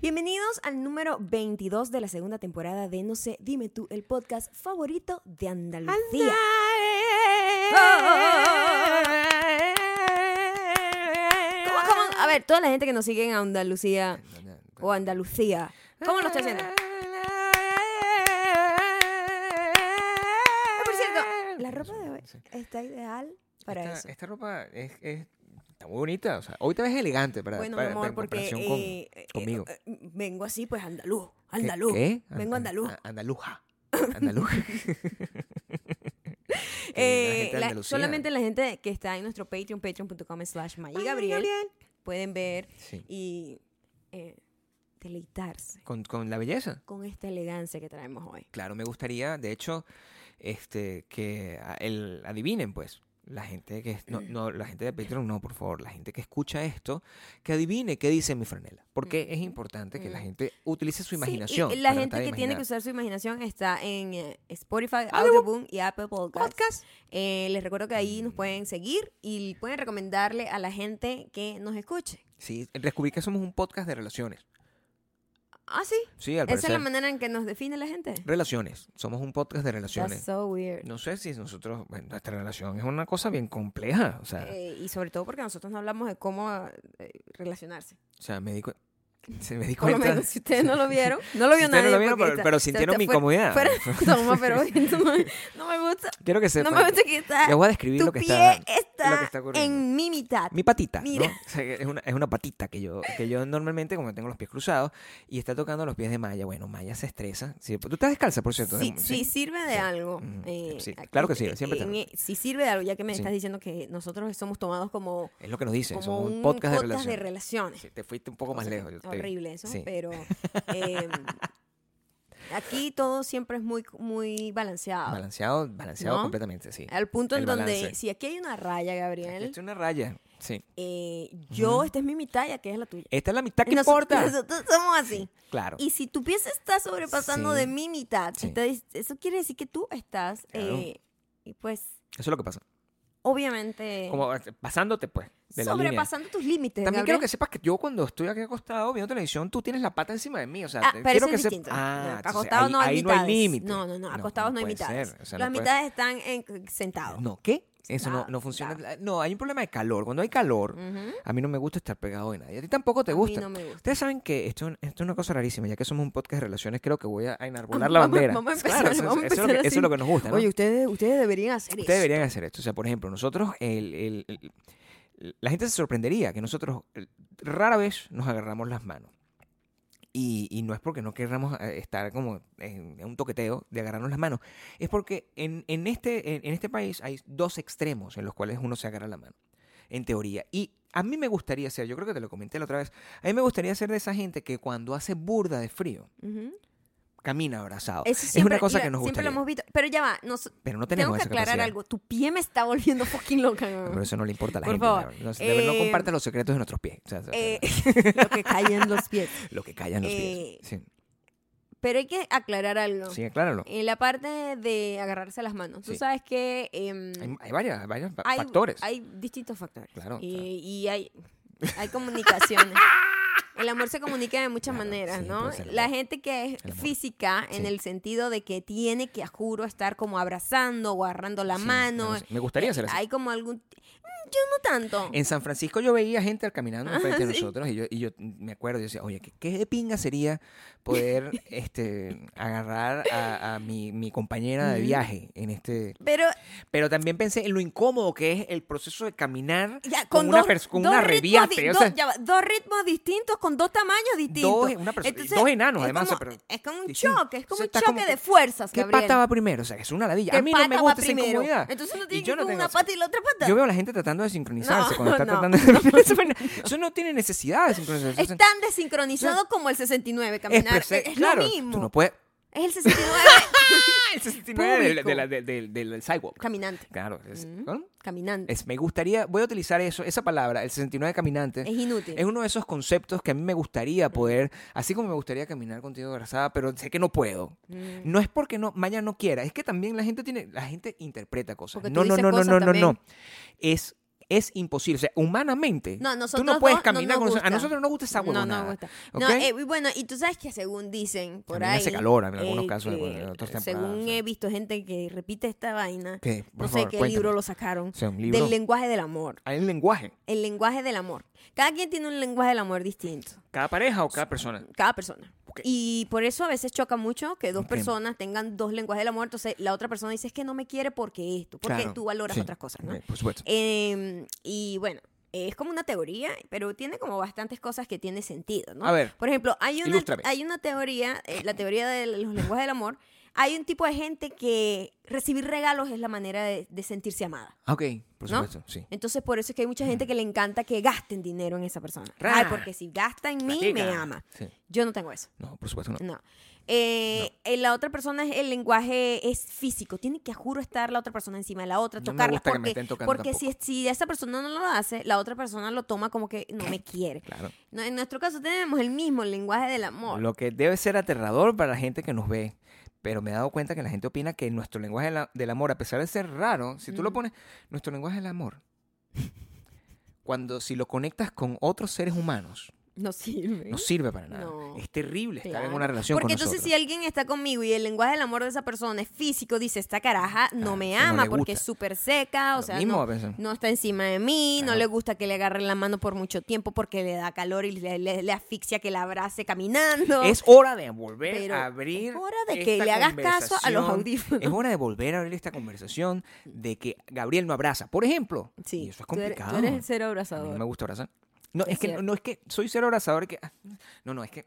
Bienvenidos al número 22 de la segunda temporada de No sé, dime tú, el podcast favorito de Andalucía. ¿Cómo, cómo? A ver, toda la gente que nos sigue en Andalucía o Andalucía, ¿cómo lo está haciendo? Ah, Por cierto, la ropa de hoy Sí. está ideal para esta, eso. esta ropa es, es- está muy bonita. O sea, hoy te ves elegante, para, Bueno, mi para- amor, en porque comparación con- eh, eh, conmigo. eh, vengo así, pues andaluz, ¿Qué- andaluz. qué? An- Vengo an- andaluz. a- Andaluja. Andaluja. Eh, la gente de la- Andalucía. solamente la gente que está en nuestro Patreon, patreon.com slash Maggie Gabriel, pueden ver Sí. y eh, deleitarse Con, con la belleza. con esta elegancia que traemos hoy. Claro, me gustaría, de hecho, este, que a- el, adivinen, pues. La gente que es- no, no, la gente de Patreon no, por favor, la gente que escucha esto, que adivine qué dice mi franela, porque es importante que la Mm. gente utilice su Sí, y imaginación. la para gente tratar de que tiene que imaginar. usar su imaginación está en eh, Spotify, Audioboom y Apple Podcasts. Eh, les recuerdo que ahí Mm. nos pueden seguir y pueden recomendarle a la gente que nos escuche. Sí, descubrí que somos un podcast de relaciones. Ah, sí. Sí, Esa al parecer. es la manera en que nos define la gente. Relaciones. Somos un podcast de That's relaciones. so weird. No sé si nosotros, bueno, nuestra relación es una cosa bien compleja. O sea, Eh, y sobre todo porque nosotros no hablamos de cómo eh, relacionarse. o sea me di cu- se me di Por lo cuenta. menos, si ustedes no lo vieron, no lo Si vio ustedes nadie. no lo vieron, porque pero- pero sintieron mi incomodidad. Fuera, toma, pero no, me- no me gusta. Quiero que No sepan. me gusta que está. les voy a describir tu lo que pie está, está, lo que está ocurriendo. en mi mitad. Mi patita, ¿no? Mira. O sea, que es, una, es una patita que yo, que yo normalmente, como tengo los pies cruzados, y está tocando los pies de Maya. Bueno, Maya se estresa. Sí, tú estás descalza, por cierto. si, ¿no? si sirve de Sí. algo. Mm, eh, sí, aquí- claro que sirve, siempre en- sirve. eh, si sirve de algo, ya que me Sí. estás diciendo que nosotros somos tomados como, Es lo que nos dicen. como Somos un, un podcast, de de relaciones. relaciones. Sí, te fuiste un poco más Cosa que- lejos. yo te- Horrible eso, sí. pero eh, aquí todo siempre es muy, muy balanceado. Balanceado, balanceado ¿No? completamente, sí. Al punto en El donde, balance. si aquí hay una raya, Aquí Gabriel, está una raya. Sí. eh, yo, esta es mi mitad y aquí es la tuya. Esta es la mitad que Nos- importa. Nosotros somos así. Claro. Y si tu pie se está sobrepasando Sí. de mi mitad, Sí. está dis- eso quiere decir que tú estás, Claro. eh, y pues, Eso es lo que pasa. obviamente, Como eh, pasándote, pues, de la línea. sobrepasando tus límites. También Gabriel. quiero que sepas que yo cuando estoy aquí acostado viendo televisión, tú tienes la pata encima de mí. O sea, Ah, te- pero quiero eso que es sep- distinto. Ah, No, entonces acostados ahí- no hay ahí mitades. límite. No, no, no, acostados no, hay puede mitades. ser. O sea, Las no puede- mitades están en- eh, sentados. No, ¿qué? Eso no, Sentado, no funciona. Ah, sentado. No, hay un problema de calor. Cuando hay calor, Ujú. a mí no me gusta estar pegado de nadie. A ti tampoco te A mí gusta. no me gusta. Ustedes saben que esto, esto es una cosa rarísima, ya que somos un podcast de relaciones, creo que voy a a enarbolar Vamos- la bandera. vamos a empezar, Claro, eso, vamos a eso es lo empezar que, eso es lo así. que nos gusta. ¿no? Oye, ustedes, ustedes deberían hacer Ustedes eso. deberían hacer esto. O sea, por ejemplo, nosotros, el- el- el- la gente se sorprendería que nosotros eh, rara vez nos agarramos las manos. Y, y no es porque no querramos eh, estar como en, en un toqueteo de agarrarnos las manos. Es porque en, en este, en, en este país hay dos extremos en los cuales uno se agarra la mano, en teoría. Y a mí me gustaría ser, yo creo que te lo comenté la otra vez, a mí me gustaría ser de esa gente que cuando hace burda de frío, Ujú. camina abrazado. Eso es siempre- una cosa mira, que nos Siempre gustaría. lo hemos visto. Pero ya va, nos, Pero no tenemos tengo que esa aclarar capacidad. algo. Tu pie me está volviendo fucking loca. No, weón. Pero eso no le importa a la Por gente. favor. Laura. No, se- de- no Eh, comparta los secretos de nuestros pies. O sea, o sea, Eh, lo que cae en los pies. lo que callan los eh, pies. Sí, Pero hay que aclarar algo. sí acláralo. En la parte de agarrarse las manos, tú Sí. sabes que em, Hay, hay varias, varios fa- hay- factores. Hay eh, distintos factores. Claro, Y, claro. y hay, hay comunicaciones. El amor se comunica de muchas Claro, maneras, sí, ¿no? pues, el amor. La gente que es El amor. física, en Sí. el sentido de que tiene que, a juro, estar como abrazando o agarrando la Sí, mano. no sé. Me gustaría Eh, ser así. Hay como algún... Mm, Yo no tanto. En San Francisco yo veía gente caminando Ajá, frente a Ah, sí. nosotros y yo, y yo me acuerdo, yo decía, oye, ¿qué, qué de pinga sería poder este, agarrar a, a mi, mi compañera de Ujú. viaje en este... Pero Pero también pensé en lo incómodo que es el proceso de caminar ya, con, con, una, dos, pers- con dos una ritmos reviate. di- o dos, sea, ya va, dos ritmos distintos con dos tamaños distintos. dos, una persona- Entonces, dos enanos, es además, o sea, como- pero es como un distinto. choque, es como un Entonces, está choque como de que- fuerzas, ¿Qué Pues, Gabriel. pata va primero? O sea, que es una ladilla. ¿Qué A mí no me pata va gusta esa primero? incomodidad. Entonces uno Y tiene que yo ir con una tengo esa- pata y la otra pata. Yo veo a la gente tratando de sincronizarse No, cuando está no. tratando de eso, bueno, eso no tiene necesidad de sincronizarse. Es tan desincronizado como el 69 caminar. Es, prese- es claro, lo mismo. Tú no puedes. Es el 69 ¡Ah! El 69 del, Público. de la- de- del- del sidewalk. caminante. Claro. Es, Mm. ¿no? Caminante. Es, Es- me gustaría. Voy a utilizar eso, esa palabra, el 69 caminante. inútil. Es uno de esos conceptos que a mí me Mm. gustaría poder, así como me gustaría caminar contigo abrazada, pero sé que no puedo. Mm. No es porque no Maya no quiera, es que también la gente tiene, la gente interpreta cosas. Porque tú no, no, dices no, no, cosas no, no, también. no. Es es imposible. O sea, humanamente, No, tú nosotros no puedes dos no nos caminar con nosotros. A gusta. nosotros no nos gusta esa No, huevonada. no gusta. ¿ok? No, eh, y bueno, y tú sabes que según dicen por También ahí. eh, hace calor en algunos casos, que, bueno, en otras temporadas, según sí. he visto gente que repite esta vaina. ¿Qué? Por No sé favor, qué cuéntame. libro lo sacaron. O sea, un libro- Del lenguaje del amor. Hay un lenguaje. El lenguaje del amor. Cada quien tiene un lenguaje del amor distinto. ¿Cada pareja o cada persona? Cada persona. Ok. Y por eso a veces choca mucho que dos Ok. personas tengan dos lenguajes del amor. Entonces la otra persona dice es que no me quiere porque esto, porque Claro, tú valoras sí, otras cosas. ¿no? ok, por supuesto. Eh, y bueno, es como una teoría, pero tiene como bastantes cosas que tiene sentido, ¿no? A ver, Por ejemplo, hay una, ilústrame. hay una teoría, eh, la teoría de los lenguajes del amor. Hay un tipo de gente que recibir regalos es la manera de, de sentirse amada. Ah, Ok, por ¿no? supuesto, sí. Entonces, por eso es que hay mucha gente que le encanta que gasten dinero en esa persona. Mm. Ra. Ay, porque si gasta en mí, me Platica. ama. Sí. Yo no tengo eso. No, por supuesto no. No. Eh, eh, La otra persona, es- el lenguaje es físico. Tiene que, juro, estar la otra persona encima de la otra, No me tocarla. gusta que me Porque, estén tocando porque tampoco. si, si esa persona no lo hace, la otra persona lo toma como que no me quiere. Claro. No, en nuestro caso tenemos el mismo lenguaje del amor. Lo que debe ser aterrador para la gente que nos ve. Pero me he dado cuenta que la gente opina que nuestro lenguaje de la- del amor, a pesar de ser raro, si tú lo Mm. pones, nuestro lenguaje del amor, cuando si lo conectas con otros seres humanos, No sirve. no sirve para nada. No. Es terrible estar en Claro. una relación Porque con entonces nosotros. si alguien está conmigo y el lenguaje del amor de esa persona es físico, dice, esta caraja no Claro, me eso no ama le porque gusta. es súper seca, o Lo sea, mismo no, va a pensar. no está encima de mí, no Claro. le gusta que le agarren la mano por mucho tiempo porque le da calor y le, le- le asfixia que la abrace caminando. Es hora de volver Pero a abrir. es hora de que esta le hagas caso a los conversación. audífonos. Es hora de volver a abrir esta conversación de que Gabriel no abraza, por ejemplo. Sí, Y eso es tú eres- complicado. Tú eres el cero A mí no abrazador. me gusta abrazar. No, Es es, que no, cierto. no es que soy cero abrazador que ah, no, no, es que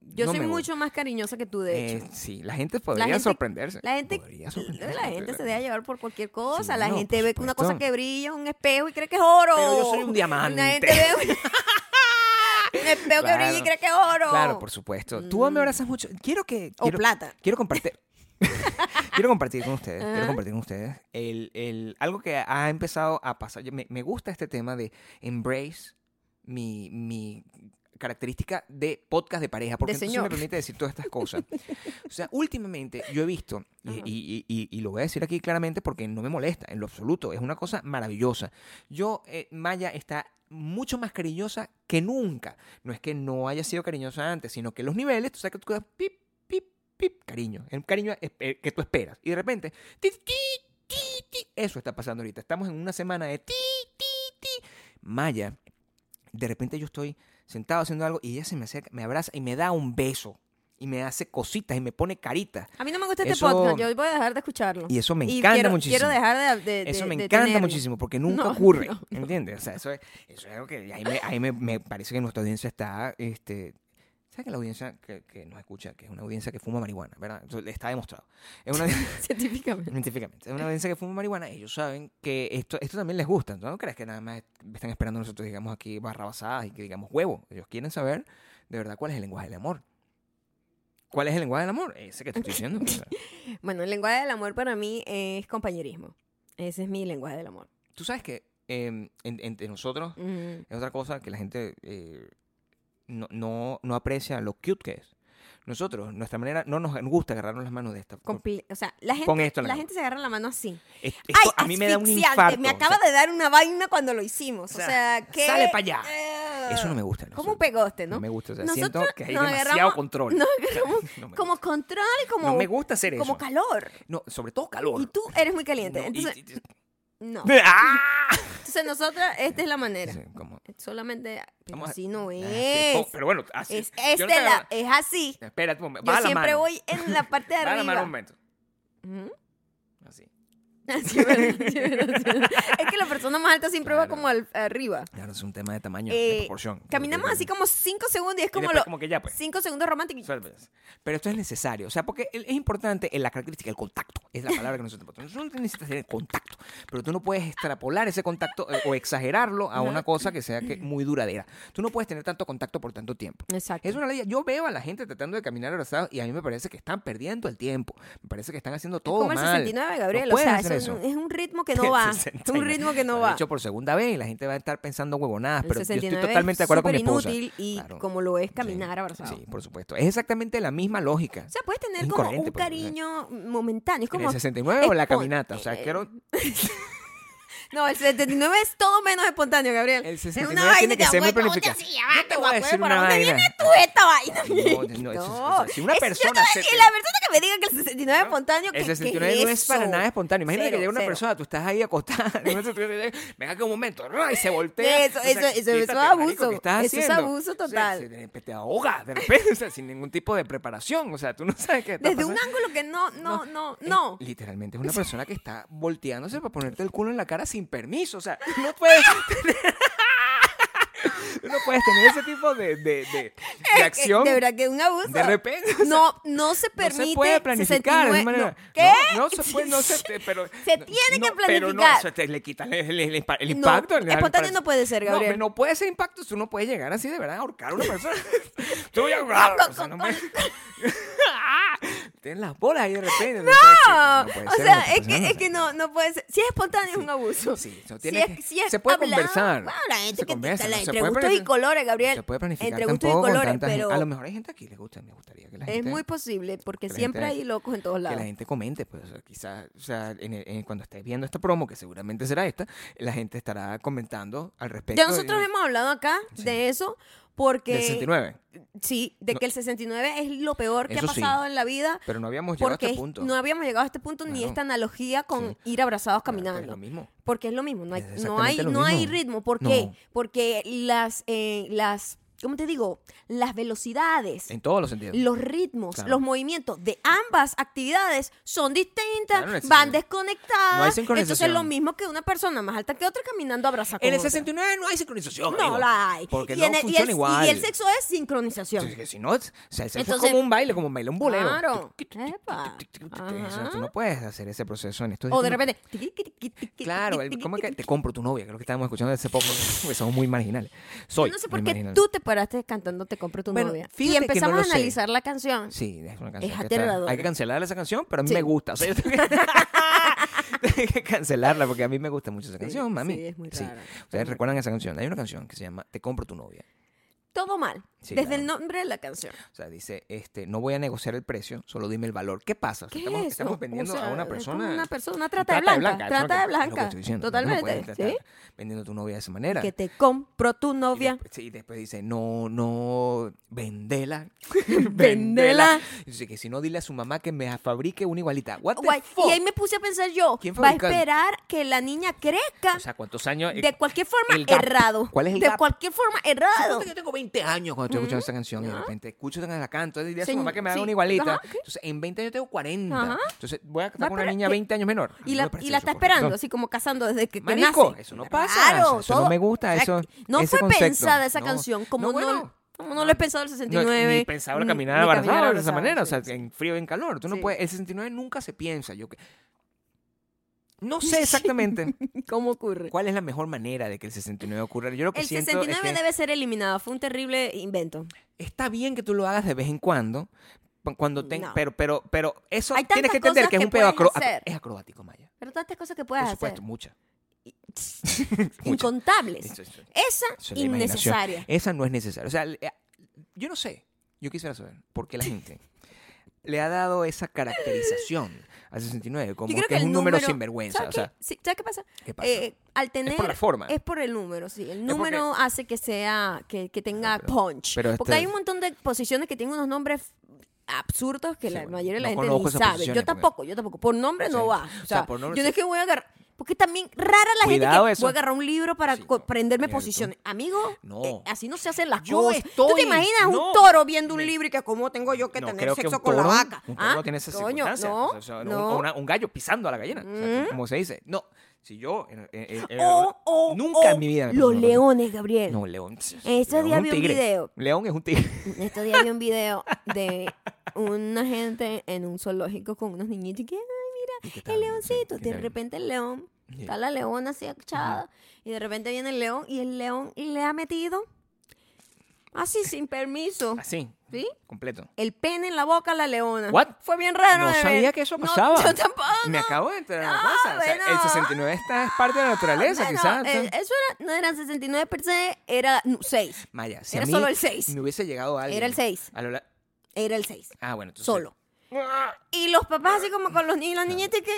Yo no soy me gusta. mucho más cariñosa que tú, de eh, hecho. sí, la gente podría gente- sorprenderse. La gente, Podría sorprenderse, la gente se deja llevar por cualquier cosa. Sí, la no, gente por ve que una cosa supuesto. que brilla es un espejo y cree que es oro. Pero yo soy un diamante. La gente ve un, un espejo que Claro. brilla y cree que es oro. Claro, por supuesto. Tú me abrazas mucho. Quiero que Mm. O quiero- plata. Quiero compartir. quiero compartir con ustedes. Ajá. Quiero compartir con ustedes el, el- algo que ha empezado a pasar. Yo- Me, me gusta este tema de embrace mi, mi característica de podcast de pareja, porque De entonces señor. me permite decir todas estas cosas. o sea, últimamente yo he visto, y, Ajá. y- y- y- y lo voy a decir aquí claramente porque no me molesta, en lo absoluto, es una cosa maravillosa. Yo, eh, Maya está mucho más cariñosa que nunca. No es que no haya sido cariñosa antes, sino que los niveles, tú sabes que tú quedas pip, pip, pip, cariño. El cariño es- eh, que tú esperas. Y de repente, ti, ti, ti, ti. eso está pasando ahorita. Estamos en una semana de ti, ti, ti. Maya, de repente yo estoy sentado haciendo algo y ella se me acerca, me abraza y me da un beso. Y me hace cositas y me pone caritas. A mí no me gusta este Eso- podcast. Yo voy a dejar de escucharlo. Y eso me encanta quiero, muchísimo. Quiero dejar de. de- eso de- me de encanta tenerlo. muchísimo porque nunca No, ocurre. no, ¿Entiendes? O sea, eso es, eso es algo que ahí, me, ahí me, me parece que nuestra audiencia está. Este, ¿Sabes que la audiencia que, que nos escucha, que es una audiencia que fuma marihuana, ¿verdad? Eso está demostrado. Es una, Científicamente. científicamente. Es una audiencia que fuma marihuana, ellos saben que esto, esto también les gusta. ¿No crees que nada más están esperando nosotros, digamos, aquí barrabasadas y que digamos huevo? Ellos quieren saber de verdad cuál es el lenguaje del amor. ¿Cuál es el lenguaje del amor? Ese que te estoy diciendo. o sea. Bueno, el lenguaje del amor para mí es compañerismo. Ese es mi lenguaje del amor. Tú sabes que eh, en- entre nosotros Mm. Es otra cosa que la gente eh, no, no, no aprecia lo cute que es. Nosotros, nuestra manera, no nos gusta agarrarnos las manos de esta. Comple- o sea, la gente, Pon esto en la la mano. gente se agarra la mano así. Es- esto ¡Ay, a mí me da un asfixiante! infarto. Me o acaba sea, de dar una vaina cuando lo hicimos. O o sea, sea, que. sale pa' allá. Eh, Eso no me gusta. Como un pegoste, pegote, este, ¿no? ¿no? me gusta. o sea, Nosotros siento que hay nos demasiado agarramos- control. nos agarramos No me como gusta. control y como, No me gusta hacer eso. como calor. No, sobre todo calor. Y tú eres muy caliente. No, y- Entonces, y- no. ¡Ah! Entonces, nosotras, esta es la manera. Sí, como- Solamente. Pero Vamos a- así no Ah, sí, es. po- Pero bueno, así. Pues, Es, yo no es, te de la, agarro- es así. Espérate un momento. Yo baja la siempre mano, voy en la parte de baja la mano un arriba. momento. Ujú. Así. Así, ¿verdad? Sí, ¿verdad? Sí, ¿verdad? es que la persona más alta siempre va Claro. como al- arriba. Claro, es un tema de tamaño, Eh, de proporción. Caminamos así como 5 segundos y es Y como después los como que ya, pues. 5 segundos románticos. Suelves. Pero esto es necesario, o sea, porque el- es importante en la característica, el contacto, es la palabra que nosotros ponemos. Nosotros no necesitas tener contacto, pero tú no puedes extrapolar ese contacto eh, o exagerarlo a una cosa que sea que muy duradera. Tú no puedes tener tanto contacto por tanto tiempo. Exacto. Es una ley. Yo veo a la gente tratando de caminar abrazados y a mí me parece que están perdiendo el tiempo. Me parece que están haciendo todo como el mal. 69, No Gabriel. o pueden sea, hacer eso eso. es un ritmo que no va. Es un ritmo que no Lo he va. dicho por segunda vez y la gente va a estar pensando huevonadas, El pero yo estoy 69 totalmente de acuerdo con mi es esposa. inútil y Claro. como lo es Sí, caminar abrazado. Sí, por supuesto. Es exactamente la misma lógica. O sea, puedes tener Es como incoherente, un pues, cariño momentáneo. Es ¿En como. el 69 o la es pon- caminata? O sea, eh, quiero... No, el 79 es todo menos espontáneo, Gabriel. El es 69 una vaina tiene que ser muy bueno, planificado. oye, sí, ya "Ah, va, Yo te voy a acuerdo, decir ¿para una dónde vaina. viene tú esta vaina? No, no, eso es- o sea, si una Es- yo persona te- se- y la persona que me diga que el 69 es espontáneo, que El 69 no es para nada espontáneo. Imagínate que llega una persona, tú estás ahí acostada. y entonces tú dices, Venga, que un momento. Y se voltea. Eso- O sea, eso- eso- eso es quítate, marico, abuso. ¿qué estás Eso es haciendo? abuso O sea, total. se- de repente te ahogas de repente, o sea, sin ningún tipo de preparación. O sea, tú no sabes qué está Desde un pasando. ángulo que no, no, no, Es- no. literalmente es una persona que está volteándose para ponerte el culo en la cara sin permiso. O sea, tú no puedes tener, tú no puedes tener ese tipo de, de, de- de Eh, acción. De verdad que es un abuso. De repente, o sea, No, no se No permite. se puede planificar de 69 esa manera. no. ¿Qué? No, no se puede, no se, te- pero, Se no, tiene que no, Pero no, planificar. eso te- le quita el, el- el- el No, impacto. le da el espontáneo impacto. no puede ser, Gabriel. No, no puede ser impacto. Tú no puedes llegar así de verdad a ahorcar a una persona. Tú voy a ahorcar. o sea, no me- Tienes las bolas ahí de repente. No, No, puede o ser, sea, no puede es, ser, que, no es que no, no puede ser. Si es espontáneo es un abuso. Sí, eso Si tiene es- que- si es se puede hablado- conversar, Bueno, la gente se que está conversa, no la- se entre puede gustos y planificar. colores, Gabriel. Se puede planificar entre gustos y tampoco con colores, tanta gente. pero A lo mejor hay gente aquí que le gusta, me gustaría que la es gente... muy posible porque que la siempre gente- hay locos en todos que lados. la gente comente, pues quizás, o sea, en el- en- cuando estés viendo esta promo, que seguramente será esta, la gente estará comentando al respecto. Ya nosotros hemos hablado acá de eso porque... Del 69, Sí, de No. que el 69 es lo peor que ha Eso sí. pasado en la vida. pero no habíamos llegado a Porque este es- punto. no habíamos llegado a este punto ni Claro. esta analogía con Sí. ir abrazados Claro, pero es caminando. lo mismo. Porque es lo mismo, no hay, Es no hay, exactamente lo no hay mismo. ritmo. ¿Por No. qué? Porque las, eh, las, ¿cómo te digo? Las velocidades, En todos los sentidos. los ritmos, Claro. los movimientos de ambas actividades son distintas, Claro, no es- van no hay desconectadas. sincronización. entonces es lo mismo que una persona más alta que otra caminando abrazada con En el otra. 69 no hay sincronización. No amigo, la hay. Porque y, no en el, y el- funciona y- igual. y el sexo es sincronización. Entonces, que si no, o sea, el sexo Entonces- es como un baile, como un baile, un bolero. Claro. Tic, tic, tic, Epa. tic, tic, tic, tic, tic. O sea, Ajá. tú no puedes hacer ese proceso en estos O de discos. repente. Claro, el- ¿cómo es que te compro tu novia? Que es lo que estábamos escuchando hace poco, porque somos muy marginales. Soy Yo no sé por muy qué marginal. tú te paraste cantando Te compro tu Bueno, novia. Y fíjate que no empezamos lo a sé. analizar la canción. Sí, es una canción. Es que está- aterradora. Hay que cancelar esa canción, pero a mí Sí. me gusta. O sea, yo tengo que... Hay que cancelarla porque a mí me gusta mucho esa canción, mami. sí, es muy rara. Ustedes recuerdan esa canción. Hay una canción que se llama Te compro tu novia. Todo mal. Sí, desde claro. el nombre de la canción. O sea, dice, este, no voy a negociar el precio, solo dime el valor. ¿Qué pasa? O sea, ¿Qué estamos, es eso? estamos vendiendo O sea, a una es como persona. Una persona, una trata, de blanca. eso trata de es lo que- es lo que blanca. estoy diciendo. Tú No puedes Totalmente. tratar ¿sí? vendiendo tu novia de esa manera. Que te compro tu Y novia. después, sí, y después dice, no, no, vendela. Vendela. Y Dice que si no, dile a su mamá que me fabrique una igualita. What the Guay. fuck? Y ahí me puse a pensar yo, ¿Quién va a fabricó? esperar que la niña crezca. O sea, ¿cuántos años? de cualquier forma, el gap. errado. ¿Cuál es el de gap? cualquier forma, errado. Suponte que yo tengo 20 años cuando estoy escuchando esa canción y de Ajá. repente escucho que la canto, entonces diría a su Señ- mamá que me haga sí. una igualita. Ajá, ok. Entonces, en 20 años tengo 40. Ajá. Entonces, voy Va a a estar con una esperar niña que- 20 años menor. Y No la, me parece y la eso, está por esperando, ejempo. así como cazando desde que, que Marico, nace. eso no pasa. Claro, o sea, eso no todo- me gusta, o sea, Ah, eso- No ese fue concepto. pensada esa No. canción, como No, no, bueno. como no lo he pensado el No, 69. ni pensaba la ni- caminar ni abrazada de esa abrazada, manera, o sí, sea, sí. en frío y en calor. Tú no Sí. puedes, el 69 nunca se piensa. Yo que... No sé exactamente ¿Cómo ocurre? cuál es la mejor manera de que el 69 ocurra. Yo lo que El siento 69 es que debe ser eliminado, fue un terrible invento. está bien que tú lo hagas de vez en cuando, cu- cuando ten- No. pero, pero, pero eso Hay tantas tienes que entender cosas que es que un pedo puedes acro- acro- hacer. es acrobático, Maya. Pero tantas cosas que Por puedes supuesto, hacer. mucha. Mucha. Incontables. Eso- Esa, eso- eso es la imaginación. innecesaria. Esa no es necesaria. O sea, le- eh, yo no sé. Yo quisiera saber por qué la gente le ha dado esa caracterización al 69 como Yo que, creo que es el un número, número- sin vergüenza. ¿Sabes O qué? sea, Sí, ¿sabes qué pasa? ¿qué pasa? Eh, al tener es por la forma. Es por el número, sí. El porque- número hace que sea, que, que tenga Claro, pero- punch. pero Porque este- hay un montón de posiciones que tienen unos nombres absurdos que Sí, la bueno, mayoría de la no gente conozco ni esas sabe. posiciones, Yo porque- tampoco, yo tampoco. Por nombre Sí. no va. O O sea, sea, por nombre yo no sí. es que voy a agarrar... Porque también rara la Cuidado gente que eso. voy a agarrar un libro para Sí, co- no. aprenderme Mira tú. posiciones. Amigo, No. eh, así no se hacen las Yo cosas. ¿Tú estoy- te imaginas no. un toro viendo un Me- libro y que cómo tengo yo que no tener creo que sexo un con la toro- vaca? Un ¿Ah? toro tiene esas Coño, circunstancias. no, O sea, un- no. Mm. una- un gallo pisando a la gallina. O sea, como se dice. No, si yo... eh, eh, eh, O, o, nunca o en mi vida me Los pasó una cosa. leones, Gabriel. No, león. Estos León días es vi un tigre. video. León es un tigre. En estos días vi un video de una gente en un zoológico con unos niñitos y que, ay, ¿Y qué mira, tal? el leoncito. ¿Qué De tal? repente el león, Sí. está la leona así echada, y de repente viene el león y el león le ha metido, así sin permiso, Así, ¿sí? completo. El pene en la boca a la leona. What? Fue bien raro. No de ver. sabía que eso No, pasaba. yo tampoco. Me no. acabo de entrar en la No, cosa. O sea, el bueno. Ah, 69 está, es parte de la naturaleza, Bueno, quizás. eh, está- eso era, no eran 69 per se, era 6. Maya, si era a mí solo el seis. me hubiese llegado alguien. Era el seis. a lo la- Era el 6. Ah, bueno. entonces- Solo. Y los papás así como con los niños y los niñitos que...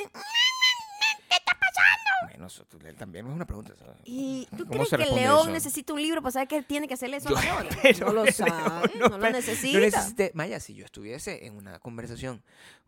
¿Qué está pasando? Bueno, eso tú- también es una pregunta. ¿sabes? ¿Y tú ¿Cómo crees se que responde León eso? necesita un libro para saber que tiene que hacerle eso Yo- a León? pero No lo León sabe, no, no pe- lo no necesita. Yo necesité- Maya, si yo estuviese en una conversación,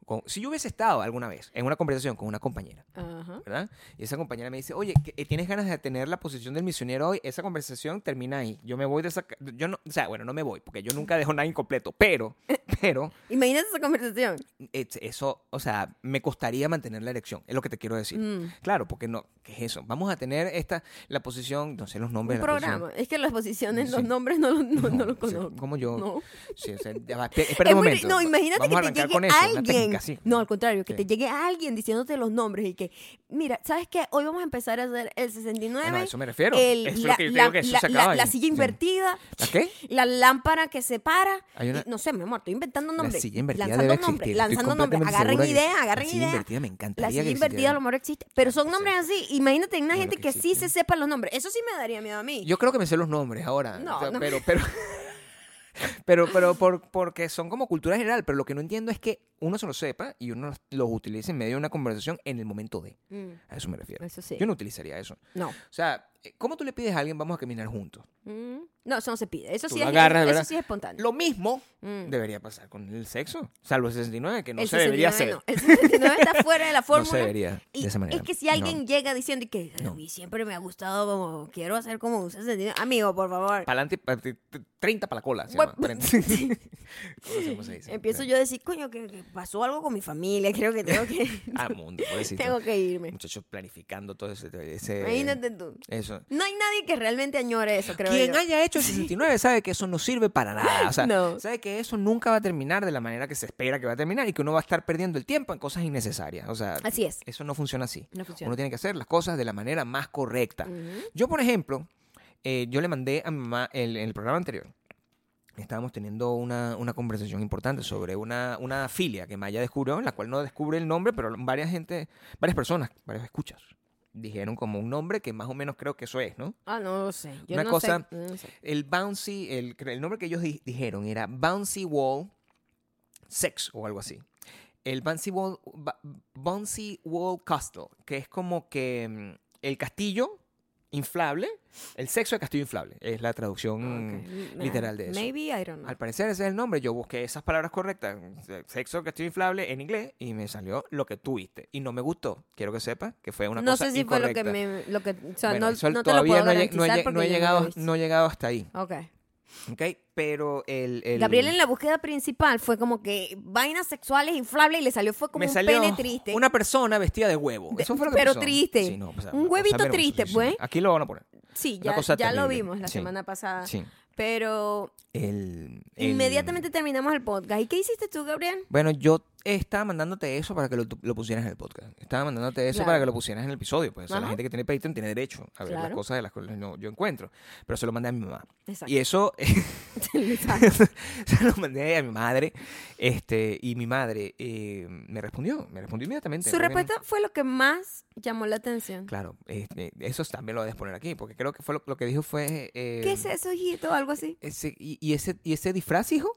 con, si yo hubiese estado alguna vez en una conversación con una compañera, Ajá. ¿verdad? Y esa compañera me dice, oye, ¿qué- ¿tienes ganas de tener la posición del misionero hoy? Esa conversación termina ahí. Yo me voy de esa... ca- Yo no, o sea, bueno, no me voy, porque yo nunca dejo nada incompleto, pero, pero, Imagínate esa conversación. es- eso, o sea, me costaría mantener la elección, es lo que te quiero decir. Mm. Claro, porque no, ¿qué es eso? Vamos a tener esta, la posición, no sé los nombres Un de la posición. programa. Es que las posiciones, Sí. los nombres no, los- no, no los o sea, conozco. Como yo, No. Sí, o sea, ya va, espe- espera Es un muy- momento. no, imagínate Vamos a que te arrancar llegue con eso, una alguien. técnica, sí. No, al contrario, que Sí. te llegue alguien diciéndote los nombres y que, mira, ¿sabes qué? Hoy vamos a empezar a hacer el 69. Bueno, a eso me refiero. el- Eso es lo la, que yo te la- digo que eso la- se la- acaba la ahí. silla Sí. invertida. ¿La qué? La lámpara que se para. Hay una- Y no sé, mi amor, estoy inventando nombres. La silla invertida lanzando debe nombres, existir. Estoy lanzando nombres. completamente Agarren seguro que idea, La agarren silla idea. invertida me encantaría La que silla existiera. invertida a lo mejor existe. Pero son Sí. nombres así. Imagínate una Claro gente que que, sí se existe. sepa los nombres. Eso sí me daría miedo a mí. Yo creo que me sé los nombres ahora. No, o sea, no. Pero, pero, pero, pero por- porque son como cultura general. Pero lo que no entiendo es que uno se lo sepa y uno los, los utilice en medio de una conversación en el momento de. Mm, A eso me refiero. eso sí. Yo no utilizaría eso. No. O sea, ¿cómo tú le pides a alguien vamos a caminar juntos? Mm. No, eso no se pide. Eso Tú sí lo es agarras, eso ¿verdad? sí es espontáneo. Lo mismo Mm. debería pasar con el sexo. Salvo el 69, que no El se debería 69 hacer. no. El 69 está fuera de la No fórmula. se debería Y de esa manera. es que si No. alguien llega diciendo que No. a mí siempre me ha gustado como quiero hacer como un 69. Amigo, por favor. Pa'lante, pa- te- te- 30 para la cola. se Bueno, llama, 30. ¿Cómo se- cómo se dice? pues, Empiezo yo a decir, coño, que, que pasó algo con mi familia, creo que tengo que, Ah, mundo, pobrecito. tengo que irme. Muchachos planificando todo ese. ese- Imagínate tú. Eso. No hay nadie que realmente añore eso, creo Quien yo. haya hecho el 69 sabe que eso no sirve para nada. O sea, No. sabe que eso nunca va a terminar de la manera que se espera que va a terminar y que uno va a estar perdiendo el tiempo en cosas innecesarias. O sea, Así es. eso no funciona así. No funciona. Uno tiene que hacer las cosas de la manera más correcta. Ujú. Yo, por ejemplo, eh, yo le mandé a mi mamá el- en el programa anterior. Estábamos teniendo una, una conversación importante sobre una, una filia que Maya descubrió, en la cual no descubre el nombre, pero varias gente, varias personas, varias escuchas, dijeron como un nombre que más o menos creo que eso es, ¿no? Ah, no lo sé. Yo Una no cosa- sé, no sé. El bouncy, el, el nombre que ellos di- dijeron era bouncy wall sex o algo así. El bouncy wall, ba- bouncy wall castle, que es como que mm, el castillo inflable, el sexo del castillo inflable, es la traducción. Ah, Ok. Mira, mm, literal de eso. Maybe I don't know. Al parecer ese es el nombre. Yo busqué esas palabras correctas, se- sexo del castillo inflable en inglés y me salió lo que tuviste y no me gustó. Quiero que sepa que fue una no cosa sé si incorrecta. fue lo que me. Lo que, o sea, Bueno, no, eso no te lo todavía puedo no he- no he- garantizar no he porque yo llegado, lo hice. no he llegado hasta ahí. Ok. ¿ok? Pero el, el- Gabriel en la búsqueda principal fue como que vainas sexuales inflables y le salió fue como me un salió pene triste. una persona vestida de huevo. Eso fue lo que pero pasó. triste. Sí, no, pues, o sea, Un una cosa huevito vergonzosa, triste, sí, sí. pues. Aquí lo van a poner. sí, una ya, cosa ya lo terrible. vimos la Sí. semana pasada. Sí. Pero El- el- inmediatamente terminamos el podcast. ¿Y qué hiciste tú, Gabriel? Bueno, yo estaba mandándote eso para que lo, lo pusieras en el podcast. Estaba mandándote eso Claro. para que lo pusieras en el episodio. Pues o sea, la Ajá. gente que tiene Patreon tiene derecho a ver las Claro. cosas de las cuales no- yo encuentro. Pero se lo mandé a mi mamá. Exacto. Y eso Exacto. se lo mandé a mi madre. Este, y mi madre eh, me respondió. Me respondió inmediatamente. Su Fue en- respuesta fue lo que más llamó la atención. Claro, este, eso también lo debes poner aquí, porque creo que fue lo, lo que dijo fue... eh, ¿Qué es eso, hijito? Algo así. ese- y, y ese, ¿Y ese disfraz, hijo?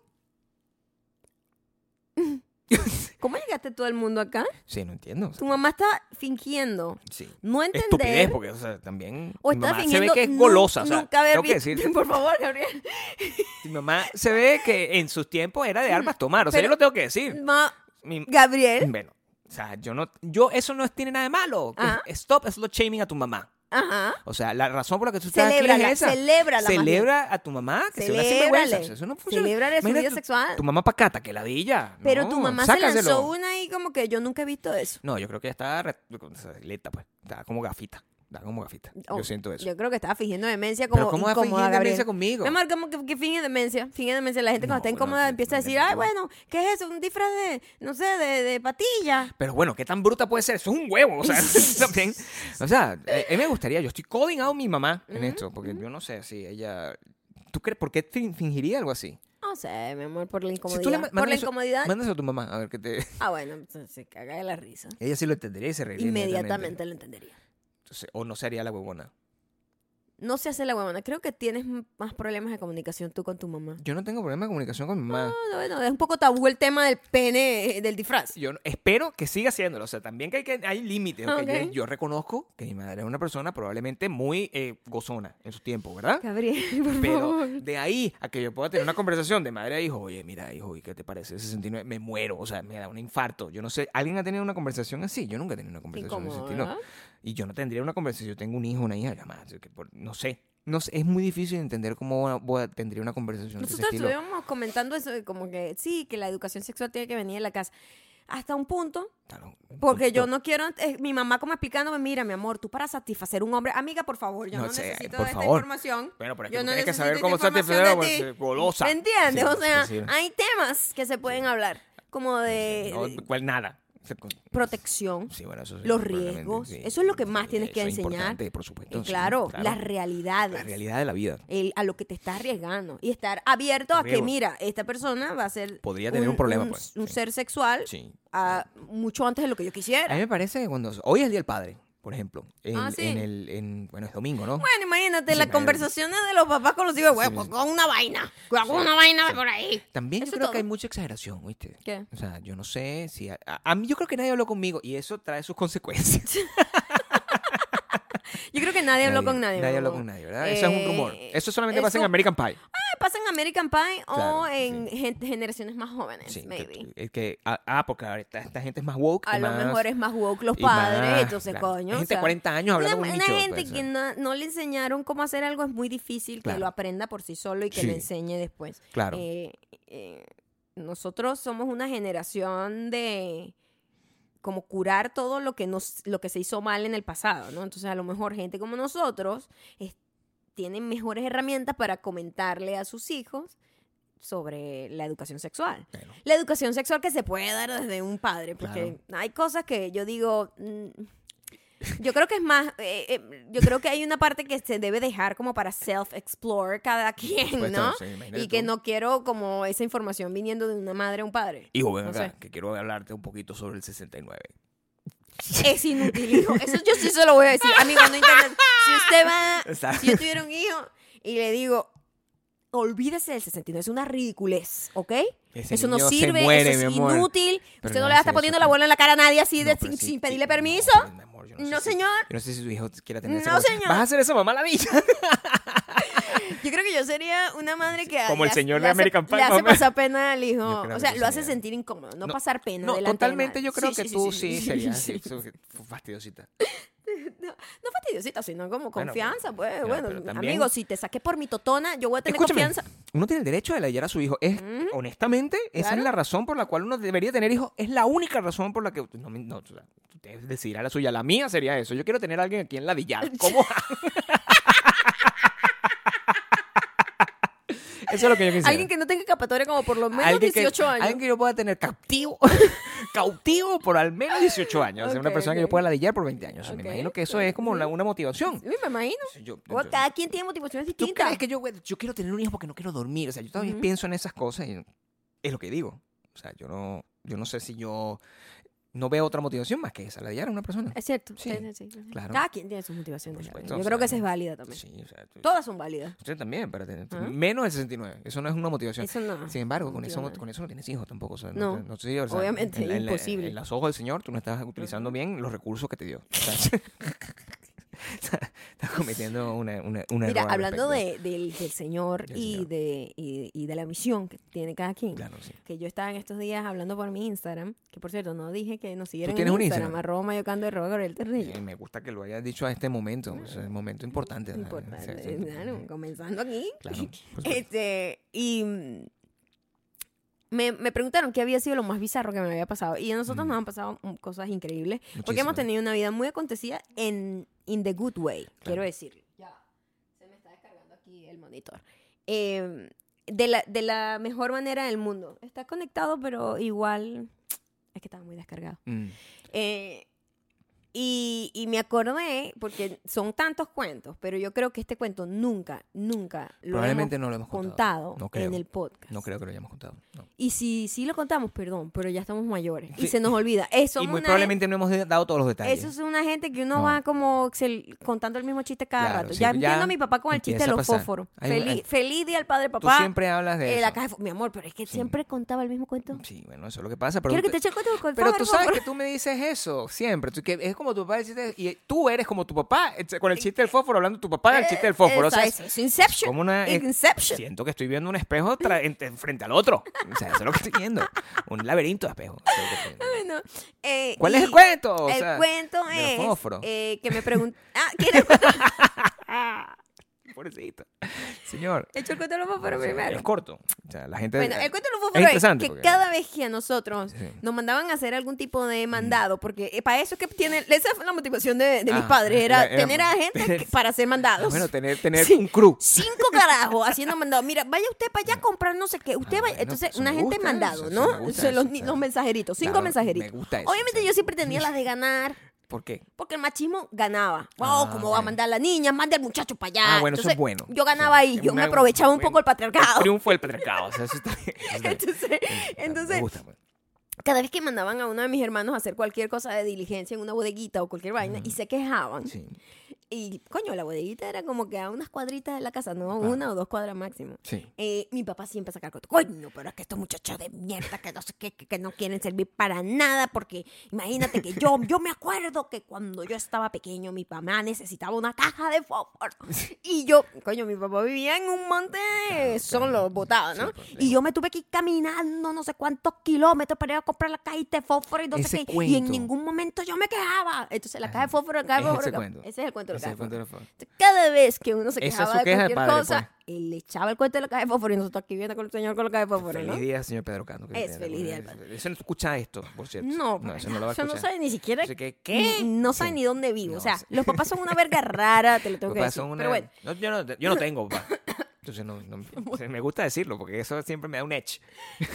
¿Cómo llegaste todo el mundo acá? Sí, no entiendo. o sea, Tu mamá está fingiendo sí. no Estupidez, entender. porque o sea, también... O mi está mamá se fingiendo ve que es nu- golosa, o sea, nunca haber tengo que visto- decir, Por favor, Gabriel. mi mamá se ve que en sus tiempos era de armas tomar, o sea, yo Pero- ¿Mm? ¿Eh? lo tengo que decir. Ma- Mi- Gabriel. bueno, o sea, yo no... Yo, eso no tiene nada de malo. que Ajá. Stop slut shaming a tu mamá. Ajá. O sea, la razón por la que tú estás aquí Celébrala, es esa. celébrala. más bien. Celebra a tu mamá, que se vea sinvergüenza. O sea, Eso no funciona. Celébrale su Mira, vida tú- sexual. Tu mamá pacata, que ladilla. pero No, tu mamá se sácaselo. lanzó una y como que yo nunca he visto eso. No, yo creo que ya está re- o sea, leta, pues. Está como gafita. Está como gafita. Oh, yo siento eso. Yo creo que estaba fingiendo demencia como Pero ¿cómo va a incómoda, fingir Gabriel. demencia conmigo? Mi amor, como que, que finge demencia. Finge demencia. La gente No, cuando está no, incómoda no, empieza a decir, no, no. ay, bueno, ¿qué es eso? Un disfraz de, no sé, de, de patilla. Pero bueno, ¿qué tan bruta puede ser? Eso es un huevo. O sea, también. O sea, a mí me gustaría. Yo estoy coding out mi mamá en esto. Porque yo no sé si ella. ¿Tú crees? ¿Por qué fin- fingiría algo así? No sé, mi amor, por la Si incomodidad. tú le ma- por mandas la eso- incomodidad. Mándaselo a tu mamá. A ver qué te. Ah, bueno, pues, se caga de la risa. Ella sí lo entendería y se reiría. Inmediatamente lo entendería. Entonces, o no se haría la huevona. No se hace la huevona. Creo que tienes m- más problemas de comunicación tú con tu mamá. Yo no tengo problema de comunicación con mi mamá. No, no, no, es un poco tabú el tema del pene, eh, del disfraz. Yo no- espero que siga haciéndolo. O sea, también que hay, que, hay límites. ¿ok? Ok. Yo, yo reconozco que mi madre es una persona probablemente muy eh, gozona en su tiempo, ¿verdad? Gabriel, por Pero favor. de ahí a que yo pueda tener una conversación de madre a hijo, oye, mira, hijo, ¿y qué te parece? 69, me muero, o sea, me da un infarto. Yo no sé, ¿alguien ha tenido una conversación así? Yo nunca he tenido una Qué conversación de ese incómodo, estilo. ¿verdad? Y yo no tendría una conversación, yo tengo un hijo, una hija, jamás, que por- no sé. No sé, es muy difícil entender cómo voy a- voy a- tendría una conversación de ese Nosotros estilo. Pues estuvimos comentando eso, de como que sí, que la educación sexual tiene que venir de la casa. Hasta un punto, Claro, un porque yo poquito. no quiero, eh, mi mamá como explicándome, mira, mi amor, tú para satisfacer un hombre, amiga, por favor, yo No no, sé, necesito por esta favor. información. Bueno, pero es que yo tú tienes que saber necesito cómo esta satisfacer información de a una ti. golosa. ¿Me entiendes? Sí, o sea, sí, sí. hay temas que se pueden hablar, como de, Eh, de No, cual nada. O sea, con- protección, sí, bueno, eso sí, los probablemente, riesgos, sí. eso es lo que más Sí, tienes que eso es enseñar. importante, por supuesto. y sí, claro, las La realidades. realidad de la vida. el- a lo que te estás arriesgando y estar abierto a que, Riesgo. mira, esta persona va a ser. Podría tener un problema, un, pues. un Sí. ser sexual Sí. ah, mucho antes de lo que yo A quisiera. mí me parece que cuando... Hoy es el Día del Padre, por ejemplo. En, Ah, sí. en el, en- bueno, es domingo, ¿no? Bueno, imagínate Sí, las me- conversaciones de los papás con los hijos, güey, pues, con una vaina, con una vaina por ahí. También yo eso creo que todo. hay mucha exageración, ¿viste? ¿Qué? O sea, yo no sé si... A, a- a mí yo creo que nadie habló conmigo y eso trae sus consecuencias. Yo creo que nadie habló con nadie. Nadie habló mamá. con nadie, ¿verdad? eso es un rumor. Eh, Eso solamente pasa en eso- American Pie. eh, pasa en American Pie o Claro, en gen- generaciones más jóvenes, Sí, que- maybe. Ah, que, que- ah, ah, porque ahora esta, esta gente es más woke. A y lo más- mejor es más woke los y más, padres, entonces, claro. coño. Hay o gente de sea, 40 años hablando una, con un una nicho, gente pues, que ¿no? no, no le enseñaron cómo hacer algo es muy difícil que Claro. lo aprenda por sí solo y que Sí. lo enseñe después. Claro. Eh, eh, nosotros somos una generación de como curar todo lo que nos lo que se hizo mal en el pasado, ¿no? Entonces, a lo mejor gente como nosotros es- tienen mejores herramientas para comentarle a sus hijos sobre la educación sexual. Bueno, La educación sexual que se puede dar desde un padre, porque hay cosas que yo digo, mm, yo creo que es más, eh, eh, yo creo que hay una parte que se debe dejar como para self-explore cada quien, supuesto, ¿no? sí, imagínate Y que tú. no quiero como esa información viniendo de una madre a un padre. Hijo, ven no acá, sé. que quiero hablarte un poquito sobre el 69. Es inútil, hijo. Eso yo sí se lo voy a decir. Amigo, no internet. Si usted va, Exacto. si yo tuviera un hijo y le digo, olvídese del 69, es una ridiculez, ¿ok? Ese eso no niño se sirve, muere, eso es mi amor. inútil. Pero usted no no le va a hacer estar eso, poniendo sí. la bola en la cara a nadie así No, de, pero sin, sí, sin sí, pedirle no, permiso. pero, mi amor, yo No, sé si- señor. yo no sé si su hijo quiera tener No, esa cosa. señor. Vas a hacer eso, mamá, la villa. Yo creo que yo sería una madre que. Como le el hace- señor le de hace- American Pie, Le hace mamá. pasar pena al hijo. Yo creo O que sea, yo lo hace sería. sentir incómodo, no, No, pasar pena. No, delante de totalmente nadie. yo creo Sí, que sí, tú sí, serías sí. así, su- fastidiosita. No fastidiosita, sino como Bueno, confianza, pero- pues. pero- Bueno, pero también- amigo, si te saqué por mi totona, yo voy a tener Escúchame, confianza. uno tiene el derecho de layar a su hijo. Es, Honestamente, esa Claro. es la razón por la cual uno debería tener hijos. Es la única razón por la que... No, me- no, o sea, usted decidirá la suya. La mía sería eso. Yo quiero tener a alguien aquí en la villa. ¿Cómo? eso es lo que yo quisiera. Alguien que no tenga escapatoria como por lo menos alguien que- 18 años. Alguien que yo pueda tener cautivo, cautivo por al menos 18 años. O sea, una Ok, persona que ok. yo pueda ladillar por 20 años. Me Ok, imagino que eso es como la- una motivación. Sí, me imagino. Yo- O yo- cada quien tiene motivaciones ¿Tú distintas. crees que yo, güey, yo quiero tener un hijo porque no quiero dormir? O sea, yo todavía Ujú. pienso en esas cosas y es lo que digo. O sea, yo no, yo no sé si yo no veo otra motivación más que esa, la de hallar a una persona. Es cierto. Sí, Sí, sí, sí. claro. Cada quien tiene sus motivaciones. Por la supuesto, verdad. yo o creo que esa sea, es válida también. Sí, o sea, tú- Todas son válidas. usted también, para tener Ajá. menos el 69. Eso no es una motivación. Eso no. Sin embargo, con no eso, entiendo. con eso no tienes hijos tampoco. o sea, No, te- sé si, o sea, obviamente, en la- en la- imposible. En, los ojos del Señor, tú no estás utilizando bien los recursos que te dio. O sea, estás cometiendo una, una, un Mira, error al hablando respecto. de- del, del Señor Del y Señor. de, y, y de la misión que tiene cada quien. Claro, sí. Que yo estaba en estos días hablando por mi Instagram, que por cierto, no dije que nos siguieran en tienes un Instagram, Instagram? arroba mayocando y arroba Gabriel Terrillo. Y Eh, me gusta que lo hayas dicho a este momento. o sea, es un momento importante. ¿no? Importante, Sí, sí. eh, claro, comenzando aquí. Claro, por supuesto. Este, y mm, me, me preguntaron qué había sido lo más bizarro que me había pasado. Y a nosotros Mm. nos han pasado mm, cosas increíbles. Porque Muchísimas. hemos tenido una vida muy acontecida en in the good way, quiero decir. Ya, se me está descargando aquí el monitor. Eh, de, la, de la mejor manera del mundo. Está conectado, pero igual... Es que estaba muy descargado. Mm. Eh, Y, y me acordé, porque son tantos cuentos, pero yo creo que este cuento nunca, nunca lo Probablemente hemos no lo hemos contado. contado, No creo. en el podcast. No creo que lo hayamos contado. no. Y si sí lo contamos, perdón, pero ya estamos mayores Sí. y se nos olvida. Eso Y muy probablemente no hemos dado todos los detalles. Eso es una gente que uno No. va como que se- contando el mismo chiste cada Claro, rato. sí, ya ya entiendo a mi papá con el chiste de empieza a los pasar. fósforos. Hay un- Feliz, hay- feliz día al padre Tú papá. siempre hablas de Eh, eso. la caja de fo- Mi amor, pero es que Sí. siempre contaba el mismo cuento. Sí, bueno, eso es lo que pasa. Pero, Quiero que te eche te- el cuento del pero fósforo, tú sabes fósforo. que tú me dices eso siempre. Tú- que es como tu papá decirte- y tú eres como tu papá eh, con el chiste del fósforo, hablando de tu papá el chiste del fósforo. o Eso, sea, eso, es Inception. como una- eh, Inception. Siento que estoy viendo un espejo tra- en- en- frente al otro. O sea, eso es lo que estoy viendo. Un laberinto de espejos. Eso es lo que estoy viendo. Bueno, eh, ¿Cuál es el y cuento? O el sea, cuento del es fósforo. eh, que me preguntan... Ah, ¿quieres contar? Pobrecito. Señor. He hecho el cuento de los fósforos o sea, primero. Es corto. O sea, la gente. Bueno, el cuento de los es fósforos es, interesante que porque- cada vez que a nosotros Sí. nos mandaban a hacer algún tipo de mandado, porque eh, para eso es que tiene, esa fue la motivación de, de mis Ah, padres, era, era- era- tener a gente que- para hacer mandados. Bueno, tener, tener Sí. un crew. Cinco carajos haciendo mandados. Mira, vaya usted para allá a comprar no sé qué. Usted Ah, vaya. bueno, Entonces, eso una me gente gusta, mandado, eso, ¿no? eso me gusta Son los, eso, ni- claro. los mensajeritos, cinco Claro, mensajeritos. me gusta eso, Obviamente sí. yo siempre tenía las de ganar. ¿Por qué? Porque el machismo ganaba. Wow, Ah, ¿cómo va a ok. mandar la niña? Manda al muchacho para allá. Ah, bueno, eso es Entonces, bueno. Yo ganaba Sí. ahí, Es yo me una- aprovechaba un bueno, poco el patriarcado. Triunfo del patriarcado. O sea, eso está bien, eso está bien. Entonces, Me entonces gusta, pues. cada vez que mandaban a uno de mis hermanos a hacer cualquier cosa de diligencia en una bodeguita o cualquier vaina y se quejaban. Sí, Y coño, la bodeguita era como que a unas cuadritas de la casa, no Claro. una o dos cuadras máximo. sí. Eh, mi papá siempre saca el cuento. Coño, pero es que estos muchachos de mierda que no sé qué, que, que no quieren servir para nada, porque imagínate que yo, yo me acuerdo que cuando yo estaba pequeño, mi mamá necesitaba una caja de fósforo. Y yo, coño, mi papá vivía en un monte solo, botado, ¿no? Ah, Sí, pues, y yo me tuve que ir caminando no sé cuántos kilómetros para ir a comprar la cajita de fósforo y no Ese sé qué. Y en cuento. ningún momento yo me quejaba. Entonces, la Ajá. caja de fósforo, la caja de Ese fósforo. cuento. Ese es el cuento de la Ese caja de fue fósforo. el teléfono. Entonces, Cada vez que uno se Esa es quejaba su de queja de cualquier padre, pues. cosa, él le echaba el cuento de la caja de fósforo y nosotros aquí viendo con el señor con la caja de fósforo, Feliz ¿no? día, señor Pedro Cano. que Es viene. feliz día, Eso- Eso no escucha esto, por cierto. No, pues. no para eso no lo nada. va a O sea, escuchar. no sabe ni siquiera Así que, ¿qué? No sabe Sí. ni dónde vivo. No, o sea, sí. los papás son una verga rara, te lo tengo que Papá, decir. son una- Pero bueno, No, yo, no, yo no tengo, papá. Entonces, no, no- o sea, me gusta decirlo porque eso siempre me da un edge.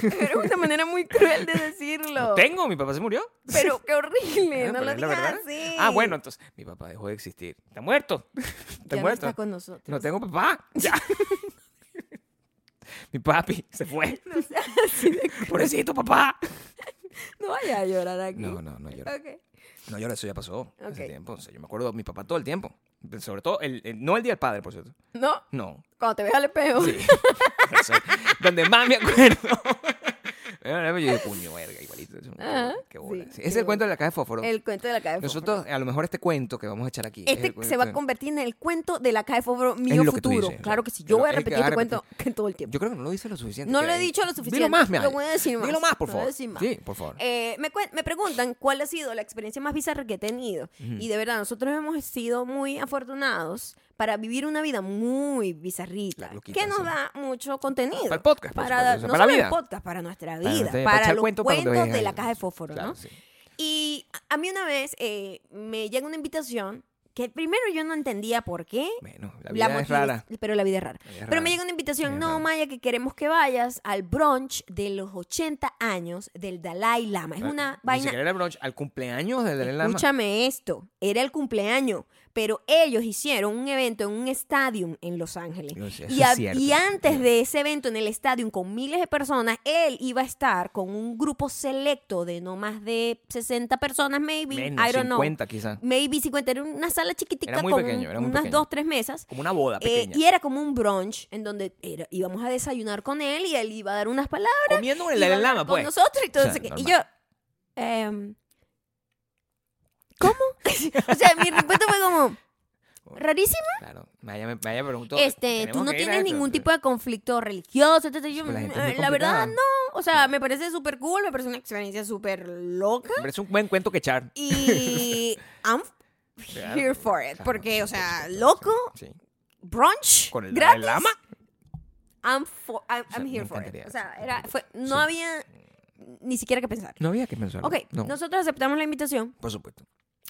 pero es una manera muy cruel de No decirlo. tengo, mi papá se murió. Pero qué horrible, Ah, no pero lo es la digas verdad. así. Ah, bueno, entonces, mi papá dejó de existir. Está muerto. Está Ya no muerto. está con nosotros. No tengo papá. Ya. mi papi se fue. No sea así de- Pobrecito papá. no vaya a llorar aquí. No, no, no llora. Ok. No llora, eso ya pasó. Hace Ok. tiempo. O sea, yo me acuerdo de mi papá todo el tiempo. Sobre todo, el, el- no el día del padre, por cierto. No, No. cuando te veas al espejo. Sí. Eso es donde más me acuerdo. pues Yo dije, puño, verga, igualito. Qué Ajá, bola, Qué bola. Ah, sí, Sí, qué Ese es el bola. cuento de la caja de fósforo. El cuento de la caja de fósforo. Nosotros, a lo mejor este cuento que vamos a echar aquí. eh, es el Este cuento- se va a convertir en el cuento de la caja de fósforo mío lo que tú futuro. dices, o claro sea, que sí. es Yo voy a lo- es que repetir vas este a cuento que todo el tiempo. Yo creo que no lo dice lo suficiente. No que- lo he dicho lo suficiente. Dilo más, mi Lo amor. voy a decir más. Dilo más, por Lo voy a favor. decir más. Sí, por favor. Eh, me, cuen- me preguntan cuál ha sido la experiencia más bizarra que he tenido. Y de verdad, nosotros hemos sido muy afortunados para vivir una vida muy bizarrita. La loquita, Que nos sí. da mucho contenido. Para el podcast, por Para, supuesto, o sea, no para la solo el vida. podcast, para nuestra Para vida. nuestra Para, vida, para echar los cuento para cuentos cuando veas de la ahí. caja de fósforo, Claro, ¿no? sí. Y a mí una vez eh, me llega una invitación que primero yo no entendía por qué. Bueno, la vida es motiva- rara. Pero la vida es rara. La vida es pero rara. me llega una invitación, Es no, rara. Maya, que queremos que vayas al brunch de los 80 años del Dalai Lama. Es una Ni vaina... siquiera era brunch. Al cumpleaños de Dalai Lama. Escúchame esto, era el cumpleaños, pero ellos hicieron un evento en un estadio en Los Ángeles. Yo sé, eso Y, es a- cierto. Mm. y antes de ese evento en el estadio con miles de personas, él iba a estar con un grupo selecto de no más de 60 personas, maybe, Menos, I don't know. 50 quizás. Maybe 50, era una sala chiquitica Era muy con pequeño, era muy unas pequeño. dos, tres mesas. Como una boda Eh, pequeña. y era como un brunch en donde era- íbamos a desayunar con él y él iba a dar unas palabras. Comiendo con el iba a Dalai hablar Lama, con pues. nosotros y todo O eso sea, que- Y yo, normal. em, ¿cómo? o sea, mi respuesta fue como, rarísimo. Claro. Maya me, Maya me preguntó. Este, tú ¿tenemos no que ir a tienes esto? ningún tipo de conflicto religioso. Entonces yo, Pues la gente es "Eh, muy la verdad, complicada. no. O sea, me parece súper cool, me parece una experiencia súper loca. Pero es un buen cuento que echar. Y I'm here Claro, for it. claro, sí, Porque, o por sea, supuesto, loco, Sí. sí. brunch, Con el gratis. Dalai Lama. I'm, for- I'm, sea, I'm me here for it. encantaría, O sea, sí, era, fue- no sí. había ni siquiera que pensar. No había que pensarlo. Ok, No. nosotros aceptamos la invitación Por supuesto.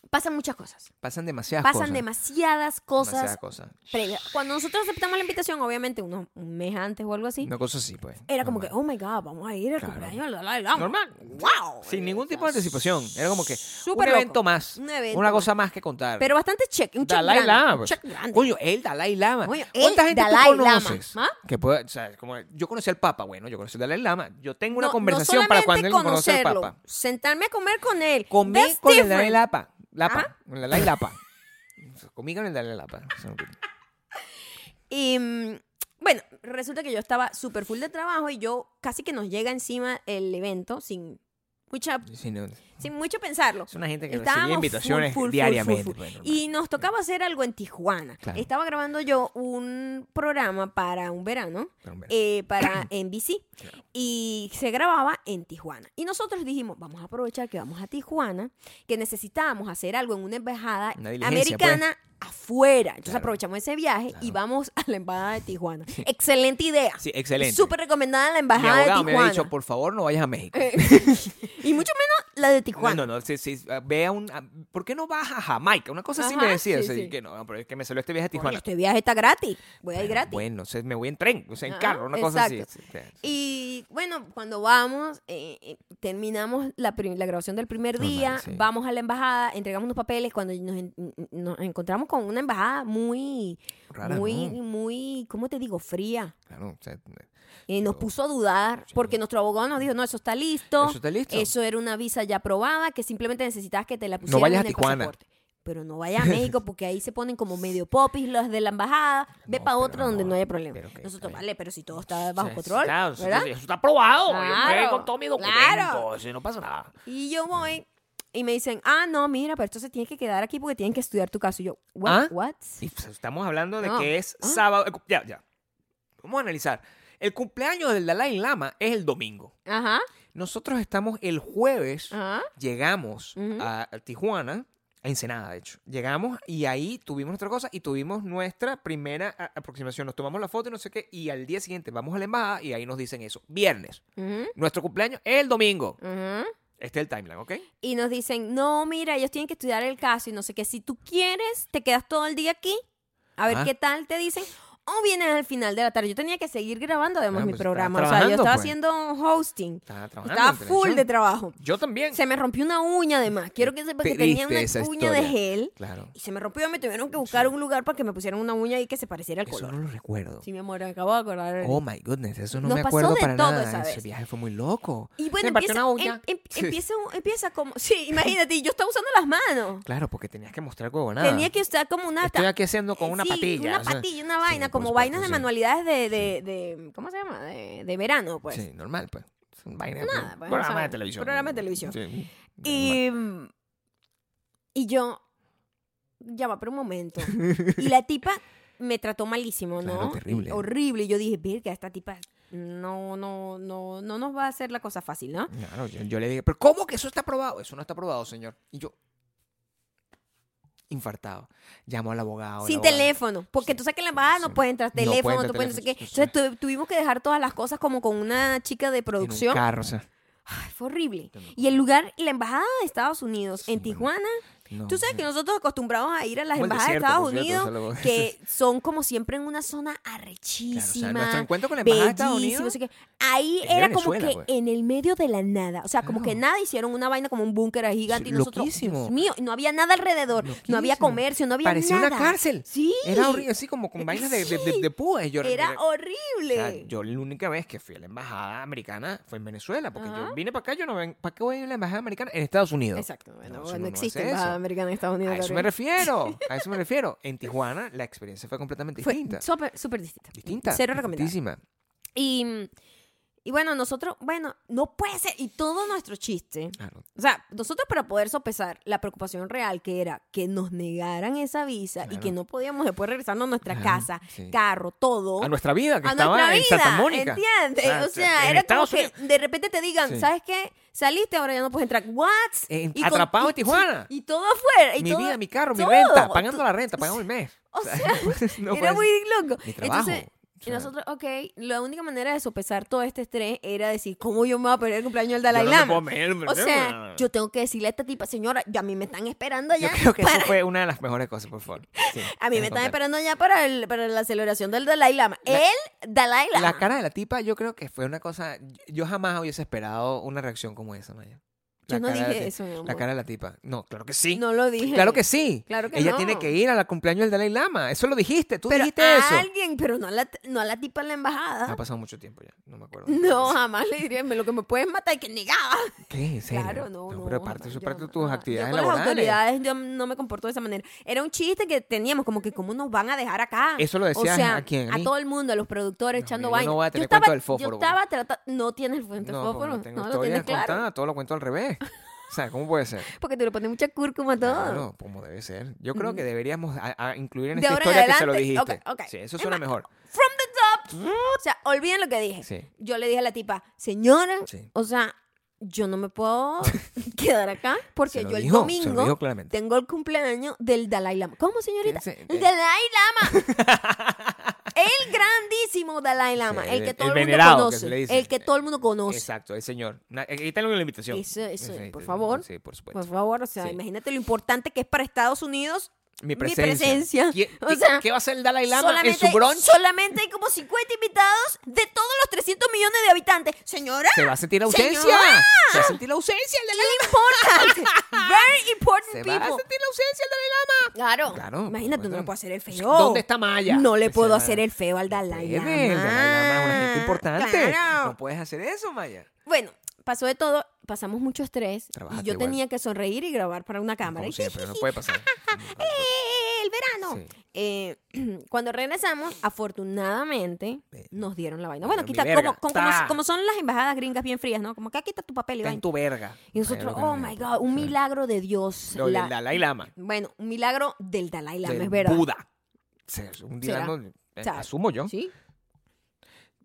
pasan muchas cosas. Pasan demasiadas pasan cosas. demasiadas Demasiadas cosas cosas. previas. Cuando nosotros aceptamos la invitación, obviamente unos, un mes antes o algo así, Una cosa así, pues. era como normal. que, oh my God, vamos a ir al Claro. cumpleaños del Dalai Lama. Normal. ¡Wow! Sin ningún tipo O de sea, anticipación. Era como que un súper loco. evento más. Un evento una más. cosa más que contar. Pero bastante check, un check Dalai grande, Lama. un pues. check grande. Coño, el Dalai Lama. Coño, el ¿Cuánta gente Dalai tú Lama, conoces? ¿ah? Que pueda- o sea, como, yo conocí al Papa, bueno, yo conocí al Dalai Lama. Yo tengo una No- no conversación para solamente cuando él conoce al conocerlo, Papa. Sentarme a comer con él. Comí That's con el different. Dalai Lapa. Lapa. ¿Ah? Con el Dalai Lapa. Comí con el Dalai Lapa. Eso no tiene- Y mm, bueno, resulta que yo estaba súper full de trabajo y yo casi que nos llega encima el evento sin mucha, sí, no. sin mucho pensarlo. Es una gente que Estábamos recibe full, invitaciones full, full, diariamente. full, full. pues, normal. Y nos tocaba hacer algo en Tijuana. Claro. Estaba grabando yo un programa para un verano, Pero bueno, eh, para NBC, Claro. y se grababa en Tijuana. Y nosotros dijimos, vamos a aprovechar que vamos a Tijuana, que necesitábamos hacer algo en una embajada Una diligencia, pues. americana afuera. Entonces Claro. aprovechamos ese viaje y Claro. vamos a la embajada de Tijuana. Excelente idea. sí, excelente. Súper recomendada la Mi embajada abogado de me había Tijuana. Eh, dicho, por favor, no vayas a México. y mucho menos la de Tijuana. No, no, no, sí, sí, ve a un... a- ¿Por qué no vas a Jamaica? Una cosa así Ajá, me decía. sí, o sea, y sí. que no, no, pero es que me salió este viaje a Coño, Tijuana. este viaje está gratis. Voy a ir Bueno, gratis. Bueno, o sea, me voy en tren, o sea, en Ajá, carro, una cosa así. exacto. sí, sí, sí. Y bueno, cuando vamos, eh, eh, terminamos la, prim- la grabación del primer Normal, día, sí. vamos a la embajada, entregamos unos papeles, cuando nos, en- nos encontramos con una embajada muy, Rara, muy, ¿no? muy, ¿cómo te digo? Fría. Claro, o sea, Y nos Pero- puso a dudar porque nuestro abogado nos dijo, no, eso está listo. ¿Eso está listo? Eso era una visa ya aprobada que simplemente necesitabas que te la pusieran vayas en a el Tijuana. pasaporte. Pero no vayas a México porque ahí se ponen como medio popis los de la embajada. Ve No, para pero otro donde no, no haya problema. pero que está Nosotros, bien. vale, pero si todo está bajo sí, control, claro, sí, ¿verdad? sí, Eso está aprobado. Yo me voy Claro, con todo mi documento. claro. sí, no pasa nada. Y yo voy y me dicen, ah, no, mira, pero entonces tienes que quedar aquí porque tienen que estudiar tu caso. Y yo, what? ¿Ah? what? Y, pues, estamos hablando de No. que es Ah. sábado. el cu- Ya, ya. Vamos a analizar. El cumpleaños del Dalai Lama es el domingo. Ajá, Nosotros estamos el jueves, ajá. llegamos Ah. Ujú. a a Tijuana, a Ensenada, de hecho. Llegamos y ahí tuvimos nuestra cosa y tuvimos nuestra primera a- aproximación. Nos tomamos la foto y no sé qué. Y al día siguiente vamos a la embajada y ahí nos dicen eso. Viernes. ujú, Nuestro cumpleaños es el domingo. ujú. Este es el timeline, ¿ok? y nos dicen, no, mira, ellos tienen que estudiar el caso y no sé qué. Si tú quieres, te quedas todo el día aquí, a ver Ah. qué tal te dicen. O vienes al final de la tarde. Yo tenía que seguir grabando, además, Ah, mi pues, programa. O estabas sea, yo trabajando, estaba pues. haciendo hosting. Estaba trabajando. Estaba en full de televisión. trabajo. Yo también. Se me rompió una uña, además. Quiero que sepa que tenía Triste una esa uña de historia. gel. Claro. Y se me rompió, me tuvieron que buscar un lugar para que me pusieran una uña y que se pareciera al Eso color. no lo recuerdo. Sí, mi amor, me acabo de acordar. Oh my goodness, eso no Nos me pasó acuerdo de para todo nada. esa Ese vez. viaje fue muy loco. y Se bueno, me partió empieza, una uña. em- em- Sí. empieza, empieza como... Sí, imagínate, yo estaba usando las manos. Claro, porque tenías que mostrar huevonada. Tenía que usar como una... Eh, Estoy aquí haciendo con una sí, patilla. Una o sea, patilla, una sí, vaina, por como supuesto, vainas de sí. manualidades de, de, de- ¿Cómo se llama? De, de verano, pues. Sí, normal, pues. Son vainas. Nada, pues, pues, programa o sea, de televisión. programa de televisión. Sí, normal. Y, mm, y yo, ya va, pero un momento. Y la tipa me trató malísimo, ¿no? Claro, terrible. Horrible. Y yo dije, Virga, esta tipa no, no, no, no nos va a hacer la cosa fácil, ¿no? Claro, yo, yo le dije, pero ¿cómo que eso está aprobado? Eso no está aprobado, señor. Y yo, infartado. Llamo al abogado. el Sin abogado. teléfono, porque Sí. tú sabes que en la embajada Sí. no puedes entrar No puede teléfono, entrar tú puedes no sé teléfono, qué. sí, sí. Entonces tu- tuvimos que dejar todas las cosas como con una chica de En un producción. carro, o sea, Ay, fue horrible. Yo no- Y el lugar, la embajada de Estados Unidos Sí, en bueno. Tijuana, no, tú sabes sí. que nosotros acostumbrados a ir a las Como el embajadas desierto, de por Estados cierto, Unidos, o sea, luego- que son como siempre en una zona Claro, o arrechísima. sea, nuestro encuentro con la embajada de Estados bellísima, Unidos no sé qué. Ahí es era Venezuela, como que pues. en el medio de la nada. O sea, como que Claro. nada hicieron una vaina como un búnker ahí gigante y Sí, nosotros. loquísimo. Dios mío, y no había nada alrededor. No había Loquísimo. comercio, no había Parecía nada. una cárcel. Sí. Eh, Era horrible, así como con vainas de, de, de, de púas. Y Yo, Era mira, o horrible. sea, yo la única vez que fui a la embajada americana fue en Venezuela, porque Ajá. yo vine para acá, yo no ven, ¿para qué voy a ir a la embajada americana? En Estados Unidos. Exacto. Bueno, No, no, eso no- no hace existe eso. embajada americana en Estados Unidos. A eso me Gabriel. refiero, a eso me refiero. En Tijuana la experiencia fue completamente Fue distinta. súper súper distinta. Distinta. Cero recomendada. distintísima. Y, y bueno, nosotros, bueno, no puede ser. Y todo nuestro chiste. Claro. O sea, nosotros para poder sopesar la preocupación real que era que nos negaran esa visa y Claro. que no podíamos después regresarnos a nuestra Claro, casa, sí. carro, todo. A nuestra vida, que Oh, a estaba nuestra en Santa vida, Mónica. ¿entiendes? Ah, O sea, en era como Estados Unidos. que de repente te digan, Sí. ¿sabes qué? Saliste, ahora ya no puedes entrar. ¿What? En- Y con- atrapado en y- Tijuana. Y todo afuera. y mi eh, todo- vida, mi carro, mi todo. renta, pagando Tú- la renta, pagando el mes. O sea, no era puede muy loco. Mi trabajo. Entonces, Y nosotros, ok, la única manera de sopesar todo este estrés era decir, ¿cómo yo me voy a perder el cumpleaños del Dalai Lama? O sea, yo tengo que decirle a esta tipa, señora, ya a mí me están esperando Yo allá. creo que eso para- fue una de las mejores cosas, por favor. Sí, a mí tienes me están razón. esperando allá para, el- para la celebración del Dalai Lama. La- el Dalai Lama. La cara de la tipa, yo creo que fue una cosa. Yo jamás hubiese esperado una reacción como esa, Maya. La yo no cara de la dije tipa- eso, mi amor. La cara de la tipa. No, claro que sí. No lo dije. Claro que sí. Claro que Ella no. tiene que ir a la cumpleaños del Dalai Lama. Eso lo dijiste. Tú pero dijiste a eso. Ah, pues, alguien, pero no a la, no a la tipa en la embajada. Ha pasado mucho tiempo ya. No me acuerdo. No, jamás le diría, "Me- lo que me puedes matar y que negaba. ¿Qué? ¿En serio? Claro, no, no. pero jamás, parte, eso es yo parte de no, tus jamás. yo actividades con las laborales. autoridades yo no me comporto de esa manera. Era un chiste que teníamos, como que cómo nos van a dejar acá. Eso lo O decías sea, a quién. mí? todo el mundo, a los productores No, echando mira, yo vaina. no voy a tener estaba, cuento del fósforo, Yo estaba tratando, no tienes el cuento del No, porque fósforo, no tengo no lo historias tienes claro, contadas, todo lo cuento al revés. O sea, ¿cómo puede ser? porque te lo pones mucha cúrcuma a todo. Claro, como debe ser. Yo creo que deberíamos a- a incluir en De esta ahora en historia que se lo dijiste. adelante, ok, ok. Sí, eso Es suena más, mejor. O sea, olviden lo que dije. Sí. Yo le dije a la tipa, señora, Sí. o sea, yo no me puedo quedar acá porque Se lo yo el dijo, se lo domingo dijo claramente. tengo el cumpleaños del Dalai Lama. ¿Cómo, señorita? Fíjense, El eh. Dalai Lama. el grandísimo Dalai Lama, Sí, el el- que el todo el, mundo venerado, que se le conoce, dice. el que todo el mundo conoce. Exacto, el señor. Na- eh, Ahí tengo la invitación. Eso- eso, Sí, por sí, favor. Sí, por supuesto. Por favor, o sea, Sí. imagínate lo importante que es para Estados Unidos. mi presencia. presencia. ¿Qué, O qué- sea, qué va a hacer el Dalai Lama en solamente, su brunch? solamente hay como 50 invitados de todos los 300 millones de habitantes. Señora, Se va a sentir la ausencia. ¡Señora! Se va a sentir la ausencia el Dalai important. Very important Lama. Se va a people. sentir la ausencia el Dalai Lama. Claro. Claro, Imagínate, bueno. no le puedo hacer el feo. ¿Dónde está Maya? No le O puedo sea, hacer el feo al Dalai Debe, Lama. El Dalai Lama es una gente importante. Claro. No puedes hacer eso, Maya. Bueno, pasó de todo. Pasamos mucho estrés. Trabajaste y yo igual. tenía que sonreír y grabar para una cámara. Como Y siempre, no puede pasar. ¡Eh, el verano! Sí. Eh, cuando regresamos, afortunadamente, Bien. nos dieron la vaina. Bueno, Bueno, mi quita, verga. como, como- como- Ta. como son las embajadas gringas bien frías, ¿no? Como que "Ah, quita tu papel y Está en vaina. tu verga. Y nosotros, oh my God, un milagro de Dios. No, La- del Dalai Lama. Bueno, un milagro del Dalai Lama, del es verdad. Buda. Se- Un ¿Será? dilano, eh, ¿Sabe? asumo yo. Sí.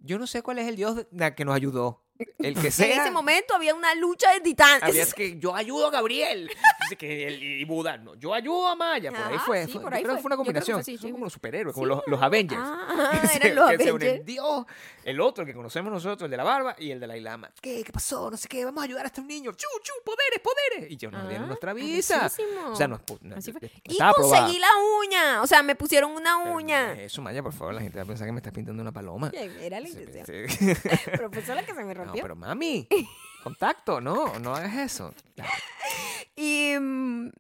Yo no sé cuál es el dios de- na- que nos ayudó. El que sea. En ese momento había una lucha de titanes. Había que yo ayudo a Gabriel. Dice que el- y Buda, no. Yo ayudo a Maya. Por ahí Ajá, fue. sí, fue- por yo ahí creo fue. que fue una Yo creo que combinación. fue así, Son sí. como los superhéroes, como los, los Avengers. Ah, que se- eran los que se Avengers. unen Dios, el otro que conocemos nosotros, el de la barba y el de la Lama. ¿Qué? ¿Qué pasó? No sé qué, vamos a ayudar a este niño. Chu, chu, poderes, poderes. Y yo nos dieron Ah, nuestra visa. arrechísimo. O sea, nos pu- no- Así fue. Y estaba aprobada. conseguí la uña. O sea, me pusieron una Pero, uña. eh, Eso, Maya, por favor, la gente va a pensar que me estás pintando una paloma. Bien, Era la Sí, intención. sí. Pero fue sola que se me No, rompió. pero mami, contacto, no, no hagas eso. Claro. Y mm,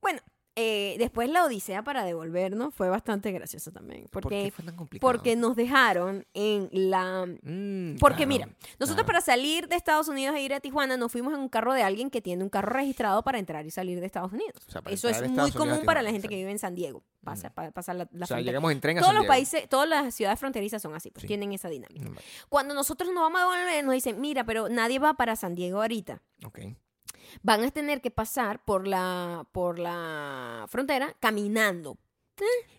bueno, eh, después la odisea para devolvernos fue bastante graciosa también. ¿Por qué Porque, fue tan complicado? porque nos dejaron en la... Mm, Porque claro, mira, nosotros claro. para salir de Estados Unidos e ir a Tijuana nos fuimos en un carro de alguien que tiene un carro registrado para entrar y salir de Estados Unidos. O sea, para Eso es entrar de muy Estados Unidos a común para Tijuana, la gente exacto. que vive en San Diego. Pasa, pa- pasa la, la O sea, frontera. llegamos en tren a Todos San los Diego. países, todas las ciudades fronterizas son así, pues Sí. tienen esa dinámica. Mm, vale. Cuando nosotros nos vamos a devolver, nos dicen, mira, pero nadie va para San Diego ahorita. Ok. Van a tener que pasar por la, por la frontera caminando.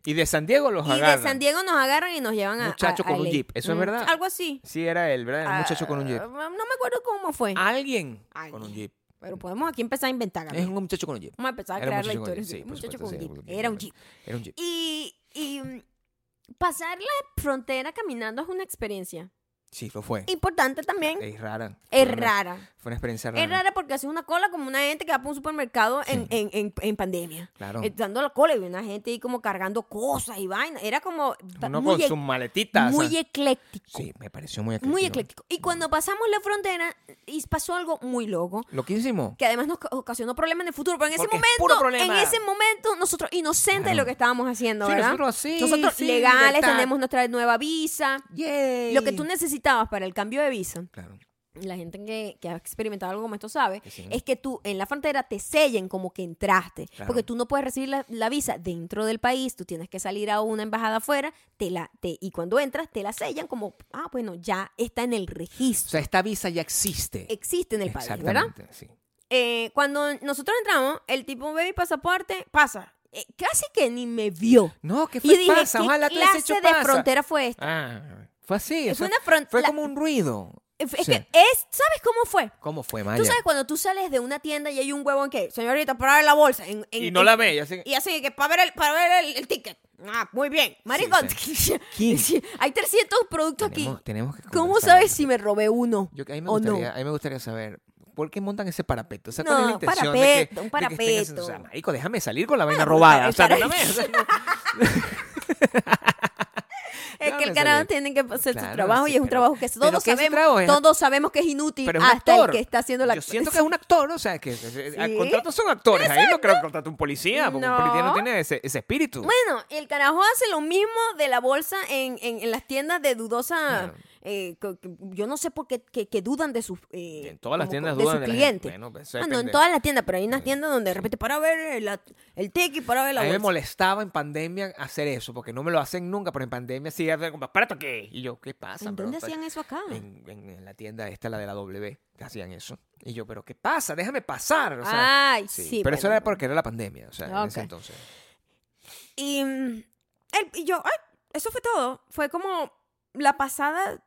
Y de San Diego los Y agarran. de San Diego nos agarran y nos llevan a. Muchacho a- a con un LA. jeep, ¿eso es Mm, verdad? Algo así. Sí, era él, ¿verdad? Era un muchacho con un jeep. Ah, No me acuerdo cómo fue. Alguien Alguien. con un jeep. Pero podemos aquí empezar a inventar. Es Gabriel. un muchacho con un jeep. Vamos a empezar a Era crear la muchacho con historia. jeep, sí, sí, por muchacho supuesto, con sí, jeep. Era un jeep. Era un jeep. Y, y mm, pasar la frontera caminando es una experiencia Sí, lo fue. importante también. Es rara. Es Fue una- rara. Fue una experiencia rara. Es rara porque haces una cola como una gente que va para un supermercado en, Sí. en- en- en pandemia. Claro. Estando la cola y una gente ahí como cargando cosas y vainas. Era como pa- Uno muy, con e- sus maletitas. muy o sea. ecléctico. Sí, me pareció muy ecléctico. Muy ecléctico. Y cuando pasamos la frontera, y pasó algo muy loco. Loquísimo. que además nos ca- ocasionó problemas en el futuro, pero en ese Porque es puro momento, en problema. ese momento nosotros inocentes de Claro. lo que estábamos haciendo, Sí, ¿verdad? nosotros así, Nosotros sí, legales, libertad. tenemos nuestra nueva visa, Yay. lo que tú necesitabas para el cambio de visa. Claro. La gente que, que ha experimentado algo como esto sabe, Que sí. es que tú en la frontera te sellen como que entraste, Claro. porque tú no puedes recibir la, la visa dentro del país, tú tienes que salir a una embajada afuera, te la, te, y cuando entras te la sellan como, ah, bueno, ya está en el O registro, sea, esta visa ya existe. existe en el país, ¿verdad? Exactamente, sí. eh, cuando nosotros entramos, el tipo ve mi pasaporte, pasa. Eh, casi que ni me vio. No, ¿qué fue? Y dije, pasa? ¿qué Ojalá te clase hecho de pasa. frontera fue esta? Ah, fue así. Fue o sea, una fron- Fue la- como un ruido. Eh, Es Sí. Ah, que es, ¿sabes cómo fue? ¿Cómo fue, Tú Maya? sabes cuando tú sales de una tienda y hay un huevón que, señorita, para ver la bolsa. en- en- Y no en- la ve, ya sé- Y así que para ver el, para ver el, el ticket. Ah, muy bien. Maricón. ¿Quién? hay 300 productos Tenemos, aquí. tenemos que ¿Cómo conversar sabes algo. si me robé uno? Yo, a, mí me o no? gustaría, a mí me gustaría saber, ¿por qué montan ese parapeto? O sea, No, ¿cuál es la parapeto, intención de que- un de que estén haciendo- o sea, parapeto. Ah, marico, déjame salir con la vaina Bueno, robada. el O sea, de una parapeto. vez, o sea, Es que Déjame el carajo salir. tiene que hacer Claro, su trabajo sí, y es un pero- trabajo que pero todos que ese sabemos, trabajo es- todos sabemos que es inútil pero es un hasta el actor. que está haciendo la Yo siento que es un actor, o sea, que que- que- Sí. contratos son actores. Ahí no creo que contrate un policía, porque un policía no No. tiene ese, ese espíritu. Bueno, el carajo hace lo mismo de la bolsa en, en- en las tiendas de dudosa. Claro. eh, co- co- yo no sé por qué que, que dudan de sus. eh, En todas las como- tiendas de dudan sus de la gente. clientes. Bueno, pues, Ah, no, en depende. Eh, todas las tiendas, pero hay unas tiendas donde de repente para ver el, el ticket, para ver la a mí me bolsa. molestaba en pandemia hacer eso, porque no me lo hacen nunca, pero en pandemia sí, era como, ¿para qué? Y yo, ¿qué pasa? ¿En bro? dónde Está- hacían eso acá? en, en- en la tienda esta, la de la W, hacían eso. Y yo, ¿pero qué pasa? Déjame pasar. o sea, Ay, Ah, sí, Pero eso bueno. era porque era la pandemia, o sea, en ese Ok. entonces. Y, mm, él- y yo, ay, eso fue todo. Fue como la pasada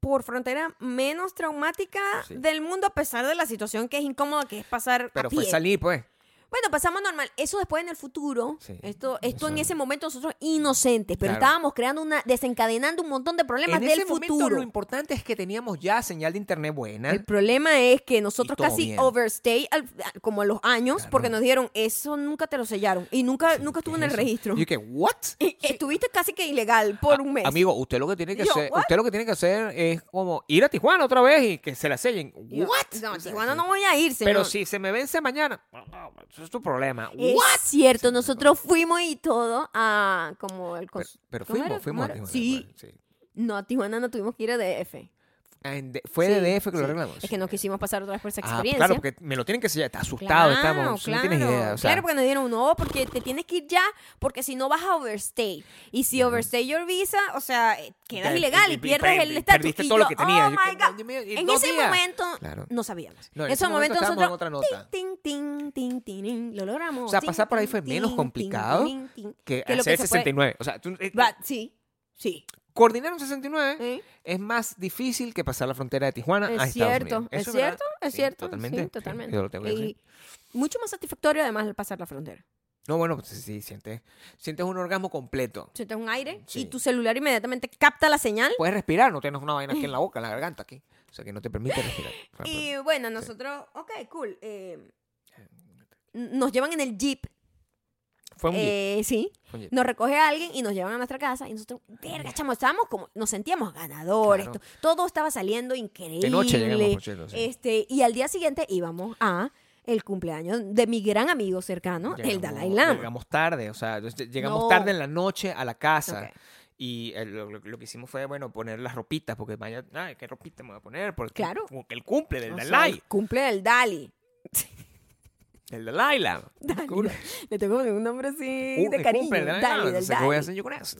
por frontera menos traumática Sí. del mundo, a pesar de la situación que es incómoda, que es pasar. a Pero fue pie. salir, pues. Bueno, pasamos normal. Eso después en el futuro. Sí, esto esto en eso- ese momento nosotros inocentes, pero Claro. estábamos creando una desencadenando un montón de problemas en del ese momento lo ¿eh? futuro. importante es que teníamos ya señal de internet buena. El problema es que nosotros todo casi bien. overstay al- al- como a los años Claro. porque nos dieron eso nunca te lo sellaron y nunca nunca estuvo en el registro. Y yo que, ¿what? Y- Estuviste casi que ilegal por A- un mes. Amigo, usted lo que tiene que Yo, hacer, ¿what? usted lo que tiene que hacer es como ir a Tijuana otra vez y que se la sellen. Y yo, ¿What? No, O sea, Tijuana no voy a ir, señor. Pero si se me vence mañana, eso es tu problema. Es ¿What? cierto, nosotros fuimos y todo a como el Pero, cons- pero ¿cómo era? fuimos, fuimos a ¿Cómo era? Tijuana, Sí, pues, sí. no, a Tijuana no tuvimos que ir a DF. Ah, en D- fue Sí, de DF que lo sí. arreglamos. Es que no Sí. quisimos pasar otra vez por esa Ah, experiencia. claro, porque me lo tienen que sellar. Está asustado, estamos. tú No tienes idea. O sea, claro, porque nos dieron no, porque te tienes que ir ya, porque si no vas a overstay. Y si overstay your visa, o sea, eh, quedas Ya, y- ilegal y, y- y pierdes per- el y estatus. perdiste Y todo yo, lo que tenías. oh Yo my que, God. Dios mío, y En dos ese días. momento Claro. no sabíamos. No, en ese momento, estábamos nosotros. en otra nota. Tin, tin, tin, tin, tin, lo logramos. O sea, Tin, pasar por ahí fue tin, menos tin, complicado tin, tin, tin, Que que lo hacer que se puede- 69. O sea, tú, eh, Va, sí, sí. coordinar un 69 ¿eh? es más difícil que pasar la frontera de Tijuana a Es Estados cierto, Unidos. es Eso verdad. cierto, es Sí, cierto. Totalmente. Sí, sí, totalmente. yo lo tengo que decir. Y mucho más satisfactorio además el pasar la frontera. No, bueno, pues sí, sí, sientes, sientes un orgasmo completo. sientes un aire Sí. y tu celular inmediatamente capta la señal. Puedes respirar, no tienes una vaina aquí en la boca, en la garganta aquí. O sea, que no te permite respirar. Y bueno, nosotros, ok, cool. eh, nos llevan en el jeep. Fue un día. eh, sí. fue un día. Nos recoge alguien y nos llevan a nuestra casa. Y nosotros, verga, chamo, estábamos como, nos sentíamos ganadores. Claro. to- Todo estaba saliendo increíble. De noche llegamos, por cierto, sí. Este, y al día siguiente íbamos a el cumpleaños de mi gran amigo cercano, el Llegamos- Dalai Lama. Llegamos tarde, o sea, entonces, llegamos No. tarde en la noche a la casa. Ok. Y eh, lo, lo- lo que hicimos fue, bueno, poner las ropitas, porque mañana, ay, ¿qué ropita me voy a poner? Porque Claro. Como que el cumple del O sea, Dalai. el cumple del Dali. El Dalai Lama. Dali, Cum- da- Le tengo un nombre así cum- de el cariño. cumple del Dalai Lama. Dali, del Entonces, ¿qué voy a Dali. hacer yo con eso?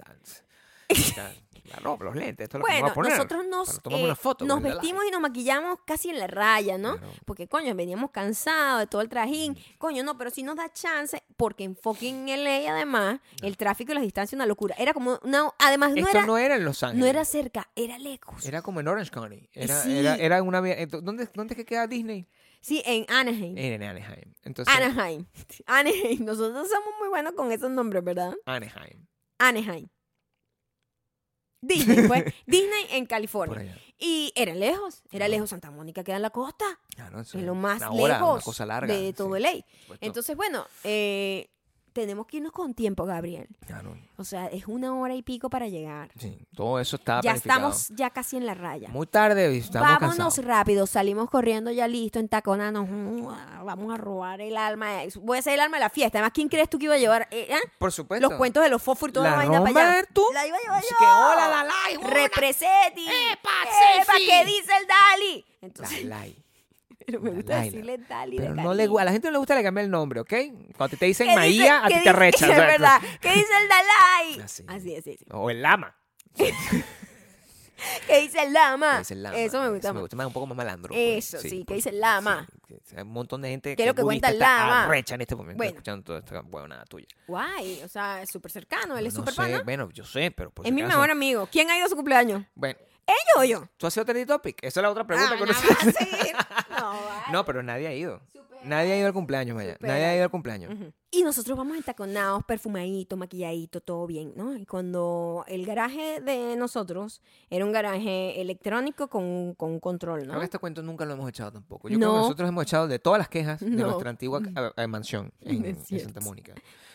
La, la ropa, los lentes, esto es lo que pues, me voy Bueno, a poner. nosotros nos, Para tomarme eh, una foto nos con el Dalai. vestimos y nos maquillamos casi en la raya, ¿no? Claro. Porque, coño, veníamos cansados de todo el trajín. Coño, no, pero sí nos da chance, porque en fucking LA, además, el tráfico y las distancias, una locura. Era como, una, además, no Esto era, no era en Los Ángeles. no era cerca, era lejos. Era como en Orange County. Era, pues, eh, Sí. era, era una vía- ento- ¿Dónde, ¿Dónde es que queda Disney? Sí, en Anaheim. En Anaheim. Entonces, Anaheim. Anaheim. Nosotros somos muy buenos con esos nombres, ¿verdad? Anaheim. Anaheim. Disney, pues. Disney en California. Por allá. Y era lejos, era Claro. lejos. Santa Mónica queda en la costa, Claro, eso es lo más una hora, lejos una cosa larga, de todo sí, el ley. por supuesto. Entonces, bueno, eh, tenemos que irnos con tiempo, Gabriel. Claro, O sea, es una hora y pico para llegar. sí, todo eso está ya planificado. estamos ya casi en la raya. muy tarde y estamos Vámonos cansados. rápido, salimos corriendo ya listo, en taconanos. Vamos a robar el alma. de- Voy a ser el alma de la fiesta. Además, ¿quién crees tú que iba a llevar? eh, ah? Por supuesto. Los cuentos de los fósforos y toda la, ¿La vaina Roma para allá. eres tú? La iba a llevar Así yo. que, hola, Dalai, hola. Representi. Epa, Epa, selfie. ¿qué dice el Dali? Entonces, Dalai. pero me gusta Dalai, decirle Dali. de Pero no le, cariño. gu- a la gente no le gusta que le cambie el nombre, ¿ok? Cuando te dicen ¿Qué dice- Maía, qué a ti te dice- arrecha. Es o sea, Ah, verdad. ¿Qué dice el Dalai? Así. Así, así, así. O el Lama. ¿Qué dice el Lama? que es el Lama. Ah, Eso me gusta me más. gusta más, un poco más malandro. pues. Eso, sí, que dice el Lama. sí, que- hay un montón de gente ¿Qué es lo que cuenta budista el está Lama? arrecha en este momento Bueno. escuchando toda esta huevonada tuya. Guay, o sea, es súper cercano. Él es No súper sé, pana. Bueno, yo sé, pero por Es si mi acaso- mejor amigo. ¿Quién ha ido a su cumpleaños? Bueno, ¿Ellos o yo? ¿Tú has sido trending topic? Esa es la otra pregunta Ah, que uno nada se más, hace. sí. No, vale. No, pero nadie ha ido. Supera. Nadie ha ido al cumpleaños, Maya. Supera. Nadie ha ido al cumpleaños. Ujú. Y nosotros vamos entaconados, perfumaditos, maquilladitos, todo bien, ¿no? Y cuando el garaje de nosotros era un garaje electrónico con, un- con un control, Creo ¿no? que este cuento nunca lo hemos echado tampoco. Yo creo No. que nosotros hemos echado de todas las quejas de No. Mm. nuestra antigua ca- eh, mansión en, Es en cierto. Santa Mónica.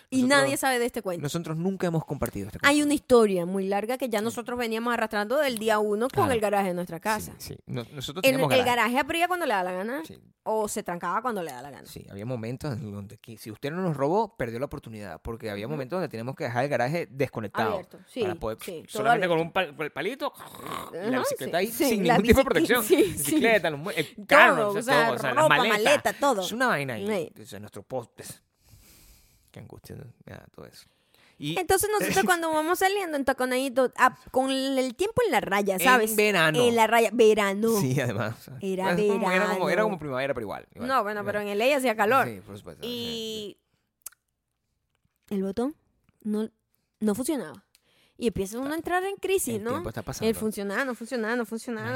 Y Nosotros- nadie sabe de este cuento. Nosotros nunca hemos compartido este Hay una historia muy larga que ya nosotros veníamos arrastrando del día uno con Claro. el garaje de nuestra casa. casa. Sí, sí. No- nosotros El, teníamos el garaje. garaje abría cuando le da la gana Sí, o se trancaba cuando le da la gana. sí, había momentos en donde que si usted no nos robó, perdió la oportunidad. Porque había momentos donde teníamos que dejar el garaje desconectado. Abierto, sí, para poder, sí, todo solamente con abierto. un pal- el palito y la Ajá, bicicleta sí, ahí sí, sin la ningún tipo de bici- protección. sí, sí. Bicicleta, los mue- el carro, Todo, o o sea, sea, todo, o sea, la ropa, maleta. maleta, todo. Es una vaina ahí. Sí. O sea, nuestro post. Qué angustia, ¿no? me da todo eso. Y Entonces nosotros cuando vamos saliendo en taconadito, ah, con el tiempo en la raya, ¿sabes? en verano. En la raya, verano. Sí, además. o sea, Era es como- era, como, era verano. como primavera, pero igual. igual, no, bueno, igual. pero en el ella hacía calor. Sí, por supuesto. sí, Y el botón no, no funcionaba. Y empieza uno a entrar en sí. crisis, El ¿no? tiempo está pasando. El funcionaba, no funcionaba, no funcionaba, no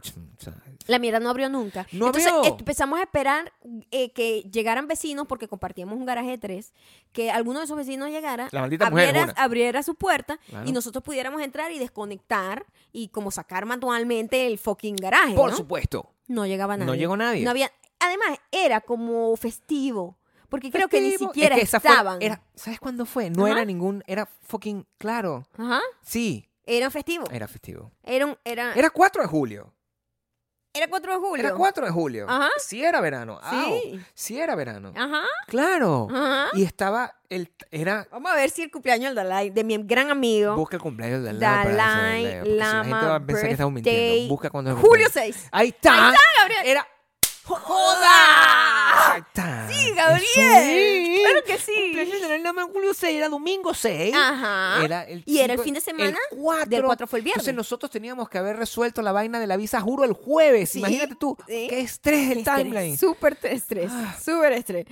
funcionaba. tú, ch- o sea, La mierda no abrió nunca. No Entonces abrió. eh, empezamos a esperar eh, que llegaran vecinos, porque compartíamos un garaje de tres, que alguno de esos vecinos llegara, La maldita mujer, abriera, una. abriera su puerta Claro. y nosotros pudiéramos entrar y desconectar y como sacar manualmente el fucking garaje. Por ¿no? supuesto. No llegaba No nadie. llegó nadie. No había. Además, era como festivo. Porque creo que ni Festivo. Es siquiera que esa fue- estaban. era- ¿Sabes cuándo fue? No Ajá. era ningún. Era fucking. Claro. Ajá. Sí. Era festivo. Era festivo. Era, un- era, Era 4 de julio. era 4 de julio. Era 4 de julio. Ajá. Sí era verano. Sí. Sí. Sí era verano. Ajá. Claro. Ajá. Y estaba el era Vamos a ver si el cumpleaños del Dalai, de mi gran amigo. busca el cumpleaños de Lama. Dalai la gente Lama va a pensar que estamos mintiendo. birthday, Busca cuando Julio 6. Ahí está. Gabriel. Era ¡Joda! Ahí está. Sí, Gabriel. Eso es. Claro que sí. Cumpleaños de Dalai Lama en julio 6 era domingo 6. Ajá. Era el y era el cinco- fin de semana. El 4. Del 4 fue el viernes. Entonces nosotros teníamos que haber resuelto la vaina de la visa, juro, el jueves. Sí, Imagínate tú. sí. Qué estrés el Estrés, timeline. Ah. Súper estrés. Súper estrés.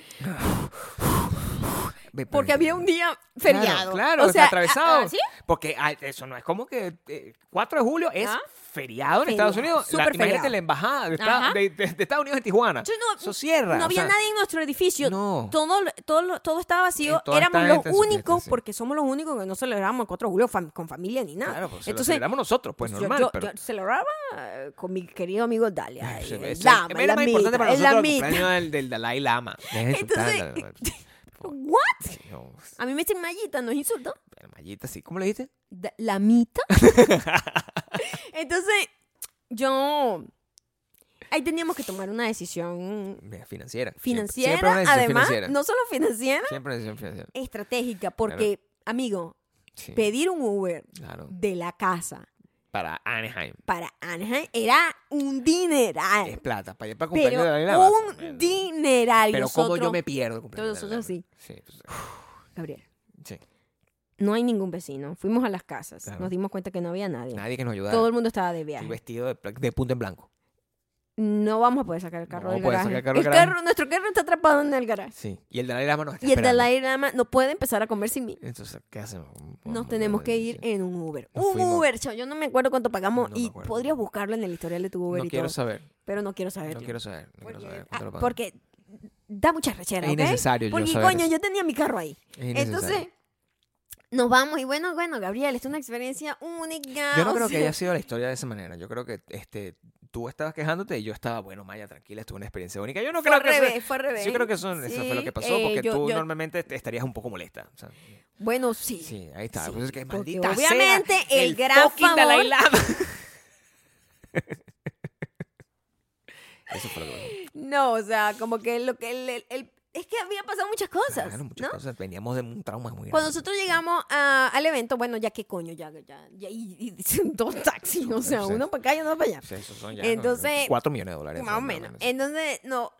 Ve, Porque pero- había un día feriado. Claro, claro, o sea, atravesado. a- a- ¿sí? Porque ah, eso no es como que eh, 4 de julio es Ah. feriado Feriado, en Estados Unidos. La, súper imagínate feriado. la embajada de, Ajá. Estados- de- de- de Estados Unidos en Tijuana. Yo no- eso cierra. No o había sea, nadie en nuestro edificio. No. Todo, lo- todo, lo- todo estaba vacío. Sí, toda Éramos esta gente en los su únicos, fiesta, sí. porque somos los únicos que no celebramos el 4 de julio fam- con familia ni nada. Claro, pues Entonces, Entonces, celebramos nosotros, pues yo- normal. yo, pero, yo celebraba eh, con mi querido amigo Dalia. Pues, eh, es- es- Lama, es la lo más importante para mitad, la nosotros el mitad. cumpleaños del, del Dalai Lama. Entonces, pues, ¿What? A mí me dicen mallita, ¿no es insulto? Mallita, pues, sí. ¿Cómo le dijiste? Da- La mitad. Entonces, yo... Ahí teníamos que tomar una decisión Mira, Financiera. Siempre- financiera, siempre una decisión además, financiera. no solo financiera, Siempre una decisión financiera. estratégica, porque, amigo, Sí, pedir un Uber claro. de la casa Para Anaheim. para Anaheim era un Es dineral. plata. Para ir para cumpleaños de Dalai Eh, Pero Lama. pues, un Bueno. dineral. Pero nosotros, como yo me pierdo el cumpleaños. Todos de la nosotros Lama. Sí, pues, Gabriel, sí. no hay ningún vecino. Fuimos a las casas. Claro. Nos dimos cuenta que no había nadie. Nadie que nos ayudara. Todo el mundo estaba de Estoy viaje. vestido de, pla- de punto en blanco. No vamos a poder sacar el carro No del vamos a garaje. poder sacar el El carro del carro- nuestro carro está atrapado en el garaje. Sí. Y el Dalai Lama nos está Y el esperando. Dalai Lama no puede empezar a comer sin mí. Entonces, ¿qué hacemos? Nos tenemos que ir en un Uber. Nos un fuimos. Uber, chao. Yo no me acuerdo cuánto pagamos No me y acuerdo. podrías buscarlo en el historial de tu Uber No y quiero todo. saber. Pero no quiero saberlo. No quiero saber. No porque, quiero saber. ah, cuánto lo pagan. porque da mucha rechera, Es ¿ok? innecesario yo Porque, saber coño, eso. yo tenía mi carro ahí. Es Entonces, innecesario. nos vamos. Y bueno, bueno, Gabriel, es una experiencia única. Yo no o creo que sea, haya sido la historia de esa manera. Yo creo que este, tú estabas quejándote y yo estaba, bueno, Maya, tranquila, estuvo una experiencia única. Yo no Fue creo al que revés, eso- fue al revés. Yo creo que eso, eso fue lo Sí, que pasó, eh, porque yo- tú yo- normalmente te estarías un poco molesta. o sea, Bueno, sí. sí, ahí está. Sí, Pues es que, porque maldita sea, obviamente el gran fucking Dalai favor- Lama. eso fue lo que pasó. No, o sea, como que lo que el- el- el- es que había pasado muchas cosas, Claro, muchas ¿no? cosas. Veníamos de un trauma muy grande. Cuando nosotros llegamos a- al evento, bueno, ya qué coño, ya, ya, ya y, y- dos taxis, o sea, sí. uno para acá y uno para allá. O sea, esos son ya Entonces- 4 millones de dólares. Más o menos. Entonces, no,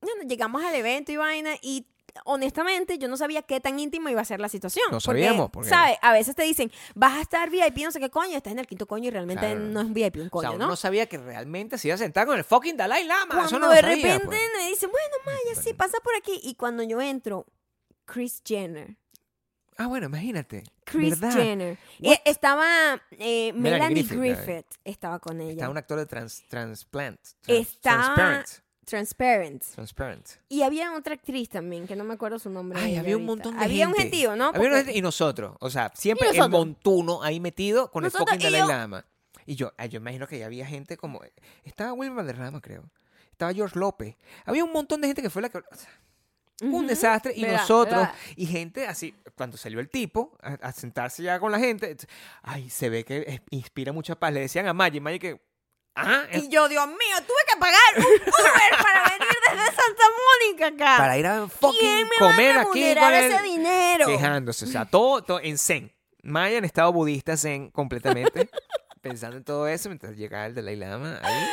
bueno, llegamos al evento y vaina y honestamente yo no sabía qué tan íntimo iba a ser la situación. No sabíamos, porque- ¿Sabes? A veces te dicen, vas a estar VIP, no sé qué coño, estás en el quinto coño y realmente Claro. no es VIP, un O sea, coño, uno ¿no? no sabía que realmente se iba a sentar con el fucking Dalai Lama. eso Cuando no lo de sabía, pues. repente me dicen, bueno, Maya, sí, pasa por aquí. Y cuando yo entro, Chris Jenner, Ah, bueno, imagínate. Kris ¿Verdad? Jenner. What? Eh, estaba eh, Melanie Melanie Griffith, Griffith, estaba con ella. Está un actor de trans, transplant. Trans- Está- Transparent. Transparent. Transparent. Y había otra actriz también, que no me acuerdo su nombre. de Ay, ella había un ahorita. montón de Había gente. un gentío, ¿no? Había Porque una gente- y nosotros. O sea, siempre Y el nosotros. montuno ahí metido con Nosotros el fucking y Dalai yo. Lama. Y yo, ah, yo imagino que ya había gente como. Estaba Wilmer Valderrama, creo. Estaba George López. Había un montón de gente que fue la que. o sea, Un Ujú. desastre. Y ¿Verdad? nosotros. ¿Verdad? Y gente así. Cuando salió el tipo a, a sentarse ya con la gente. ent- Ay, se ve que es- inspira mucha paz. Le decían a Maggie, Maggie que. Ah, es- Y yo, Dios mío, tuve que pagar un Uber para venir desde Santa Mónica acá. para ir a fucking ¿Quién me comer va a aquí. remunerar con ese el- dinero? Quejándose, o sea, todo, todo en zen. Maya en estado budista zen completamente, pensando en todo eso mientras llegaba el Dalai Lama ahí.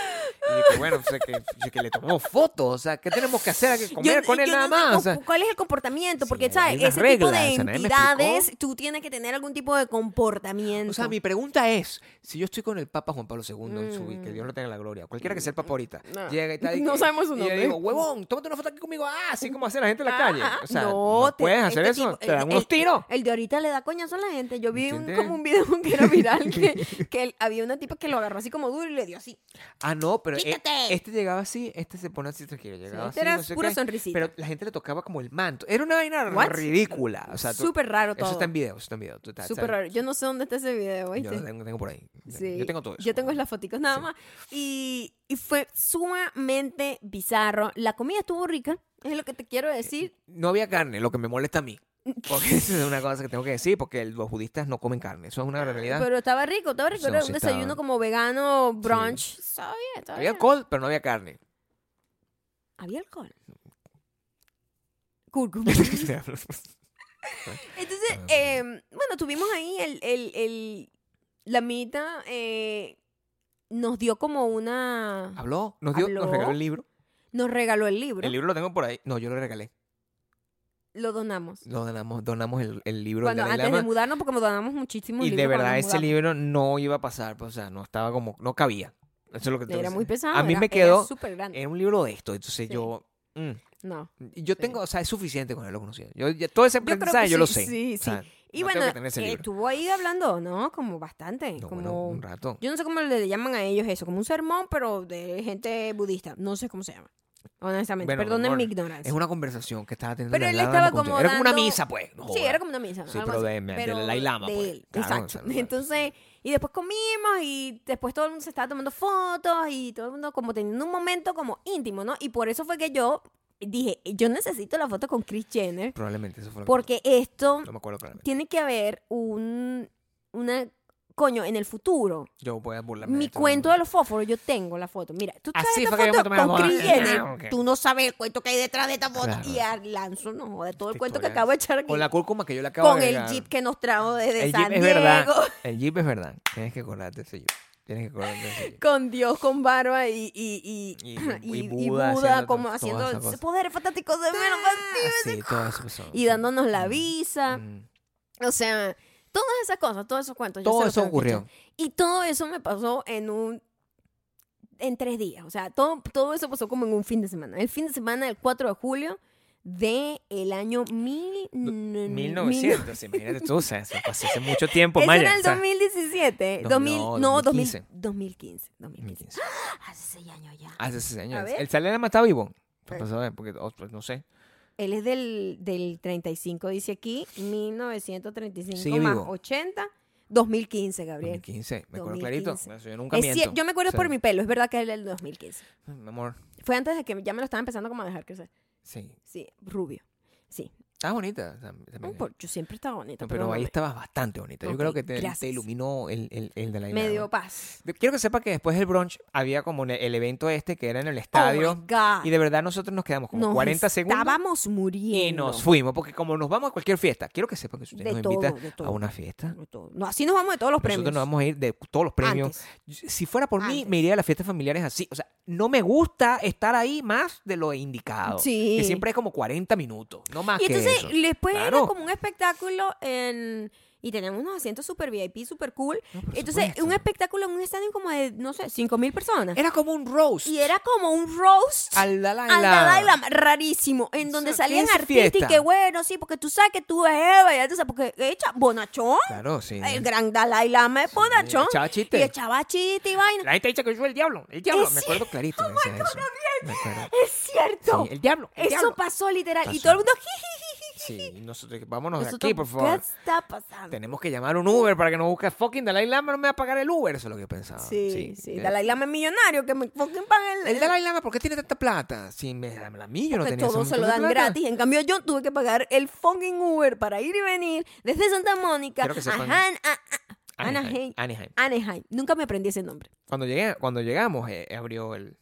Y yo que, bueno, o sea, que, yo que le tomamos fotos, o sea, ¿qué tenemos que hacer? ¿Hay que Yo- comer con él yo nada no sé más? O sea, cómo- ¿Cuál es el comportamiento? Sí, Porque, hay ¿sabes? unas Ese tipo reglas, de o sea, nadie me entidades, tú tienes que tener algún tipo de comportamiento. o sea, mi pregunta es, si yo estoy con el Papa Juan Pablo II, en su- Mm. que Dios lo tenga en la gloria, cualquiera que sea el Papa ahorita, No. llega y tal, y No que- sabemos su y yo nombre. digo, huevón, tómate una foto aquí conmigo, ah, así como hace la gente en la calle. O sea, ah, No, no, te- puedes hacer este eso, tipo- te dan el- unos el- tiros. El de ahorita le da coñazo a la gente. Yo vi un, ¿Entiendes? como un video que era viral que, que él- había una tipa que lo agarró así como duro y le dio así. Ah, no, pero e- ¡Quítate! este llegaba así, este se pone así tranquilo, llegaba este así, era no sé pura qué, sonrisita. Pero la gente le tocaba como el manto. Era una vaina What? ridícula. O sea, tú- Súper raro todo. eso está en video, eso está en video. Tú estás- Súper sabes, raro. Yo no sé dónde está ese video, Yo ¿oíste? lo tengo, tengo por ahí. Sí. Yo tengo todo eso. Yo tengo las foticos nada Sí. más. Y, y fue sumamente bizarro. La comida estuvo rica, es lo que te Eh, quiero decir. No había carne, lo que me molesta a mí. Porque eso es una cosa que tengo que decir, porque los budistas no comen carne. Eso es una realidad. Pero estaba rico, estaba rico. No, Era sí un estaba. desayuno como vegano, brunch. Estaba bien, estaba había bien. alcohol, pero no había carne. Había alcohol. Cúrcuma. Entonces, Entonces, Ah, eh, bueno, tuvimos ahí el, el, el- la mitad. eh, nos dio como una. Habló, nos, dio, nos Habló. regaló el libro. Nos regaló el libro. Ah. El libro lo tengo por ahí. No, yo lo regalé. Lo donamos. Lo donamos, donamos el, el libro del Cuando, Dalai antes Lama. de mudarnos, porque nos donamos muchísimos Y libros. de cuando verdad nos ese mudamos. libro no iba a pasar, pues, o sea, no estaba como, no cabía. Eso es lo que te Era dice. muy pesado. A mí era- me era quedó súper grande. en un libro de esto, entonces Sí. yo, mm, No. y yo tengo, o sea, es suficiente con lo conocido. Yo ya- todo ese creo que aprendizaje yo, lo sí, sé. sí, O sea, Y no tengo bueno, que tener ese eh, libro. estuvo ahí hablando, ¿no? Como bastante. No, como... bueno, un rato. Yo no sé cómo le llaman a ellos eso, como un sermón, pero de gente budista. No sé cómo se llama. Honestamente, Bueno, mi perdonen amor, mi Es ignorancia. una conversación que estaba teniendo Pero el él Dalai Lama estaba con- como Era como una dando- misa, pues. no Sí, jodas. era como una misa. Sí, algo pero así, de- de pero Dalai Lama, de pues. él, Claro, o exacto. sea, no- Entonces, y después comimos y después todo el mundo se estaba tomando fotos y todo el mundo como teniendo un momento como íntimo, ¿no? Y por eso fue que yo dije, yo necesito la foto con Chris Jenner Probablemente eso fue lo que porque esto pasó. No me acuerdo claramente. tiene que haber un una coño en el futuro. Yo voy a burlarme. de Mi esto. cuento de los fósforos, yo tengo la foto. Mira, tú sabes Así esta fue que yo me foto tomé la con foto. Kris Ah, Jenner. ok. Tú no sabes el cuento que hay detrás de esta foto. Claro. Y a Lanzo, no joda, todo el Esta cuento que historia. acabo de echar aquí. Con la cúrcuma que yo le acabo Con de el agregar. jeep que nos trajo desde El San jeep Diego. es verdad. El jeep es verdad. Tienes que acordarte de ese jeep. Tienes que acordarte de ese jeep. Con Dios, con barba y, y, y, Y- y- y y Buda, Buda haciendo como todas esas haciendo cosas. poderes fantásticos de menos Sí, todo eso pasó. Y dándonos la visa. Mm. O sea, todas esas cosas, todos esos cuentos. yo Todo se los eso tengo que ocurrió. echar. Y todo eso me pasó en un. en tres días. O sea, todo, todo eso pasó como en un fin de semana. El fin de semana del 4 de julio del el año mil. mil no- 1900, imagínate tú, o sea, eso pasó hace mucho tiempo, Eso Maya. era el o sea, 2017. no, 2000, no, no, 2015. 2015. 2015. 2015. 2015. Hace seis años ya. Hace Ah, seis A años. ver. El Salena está vivo. Eh. Pues, ¿sabes? Porque, oh, pues, no sé. Él es del, del 35, dice aquí, 1935 Sigue más vivo. 80, 2015, Gabriel. 2015. pues, Me acuerdo 2015. clarito. Eso yo nunca Es miento. cier- yo me acuerdo O sea, por mi pelo, es verdad que él es del 2015. Mi amor, Fue antes de que ya me lo estaba empezando como a dejar crecer. sí. Sí, rubio. Sí, Estaba bonita. o sea, también. por- yo siempre estaba bonita, No, pero, pero ahí no me- estabas bastante bonita. Ok, Yo creo que te, gracias. te iluminó el, el, el de la me dio paz. De- Quiero que sepa que después del brunch había como ne- el evento este que era en el Oh estadio. my God. y de verdad nosotros nos quedamos como Nos 40 segundos Estábamos y muriendo. nos fuimos. Porque como nos vamos a cualquier fiesta, quiero que sepa que si usted De nos todo, invita de a todo. una fiesta, De todo. No, así nos vamos de todos los premios. nosotros nos vamos a ir de todos los premios. Antes. Si fuera por mí, Antes. me iría a las fiestas familiares así. O sea, no me gusta estar ahí más de lo indicado. Sí. Que siempre es como 40 minutos, no más Y que entonces eso. después era Claro. como un espectáculo en, Y tenemos unos asientos super VIP, super cool. No, por Entonces, supuesto. un espectáculo en un estadio como de, no sé, 5.000 personas. Era como un roast. Y era como un roast al Dalai al Lama. Dalai Lama, rarísimo, en donde O sea, salían ¿qué es artistas y fiesta? que bueno, sí, porque tú sabes que tú eres, ya tú sabes, porque echa bonachón, Claro, sí. el gran Dalai Lama es bonachón, echaba chiste. y echaba chiste y vaina. La gente dice que yo soy el diablo. El diablo. Es Me acuerdo clarito. de decir eso. Me acuerdo. Es cierto, Sí, el diablo. El eso diablo. pasó literal, y Pasó. todo el mundo, jijijiji. Sí, y nosotros, vámonos de Nosotros, aquí, por favor. ¿Qué está pasando? Tenemos que llamar un Uber para que nos busque fucking Dalai Lama. No me va a pagar el Uber. Eso es lo que yo pensaba. Sí, sí, Eh, Dalai Lama es millonario, que me fucking pagan el... El Dalai Lama, ¿por qué tiene tanta plata? Si me, la, la mía yo no que tenía esa todo se montón lo de dan plata. gratis. En cambio, yo tuve que pagar el fucking Uber para ir y venir desde Santa Mónica Quiero que a, Han- sepan- a- a- Anaheim. Anaheim. Anaheim. Anaheim. Nunca me aprendí ese nombre. Cuando, llegué, cuando llegamos, eh, abrió el,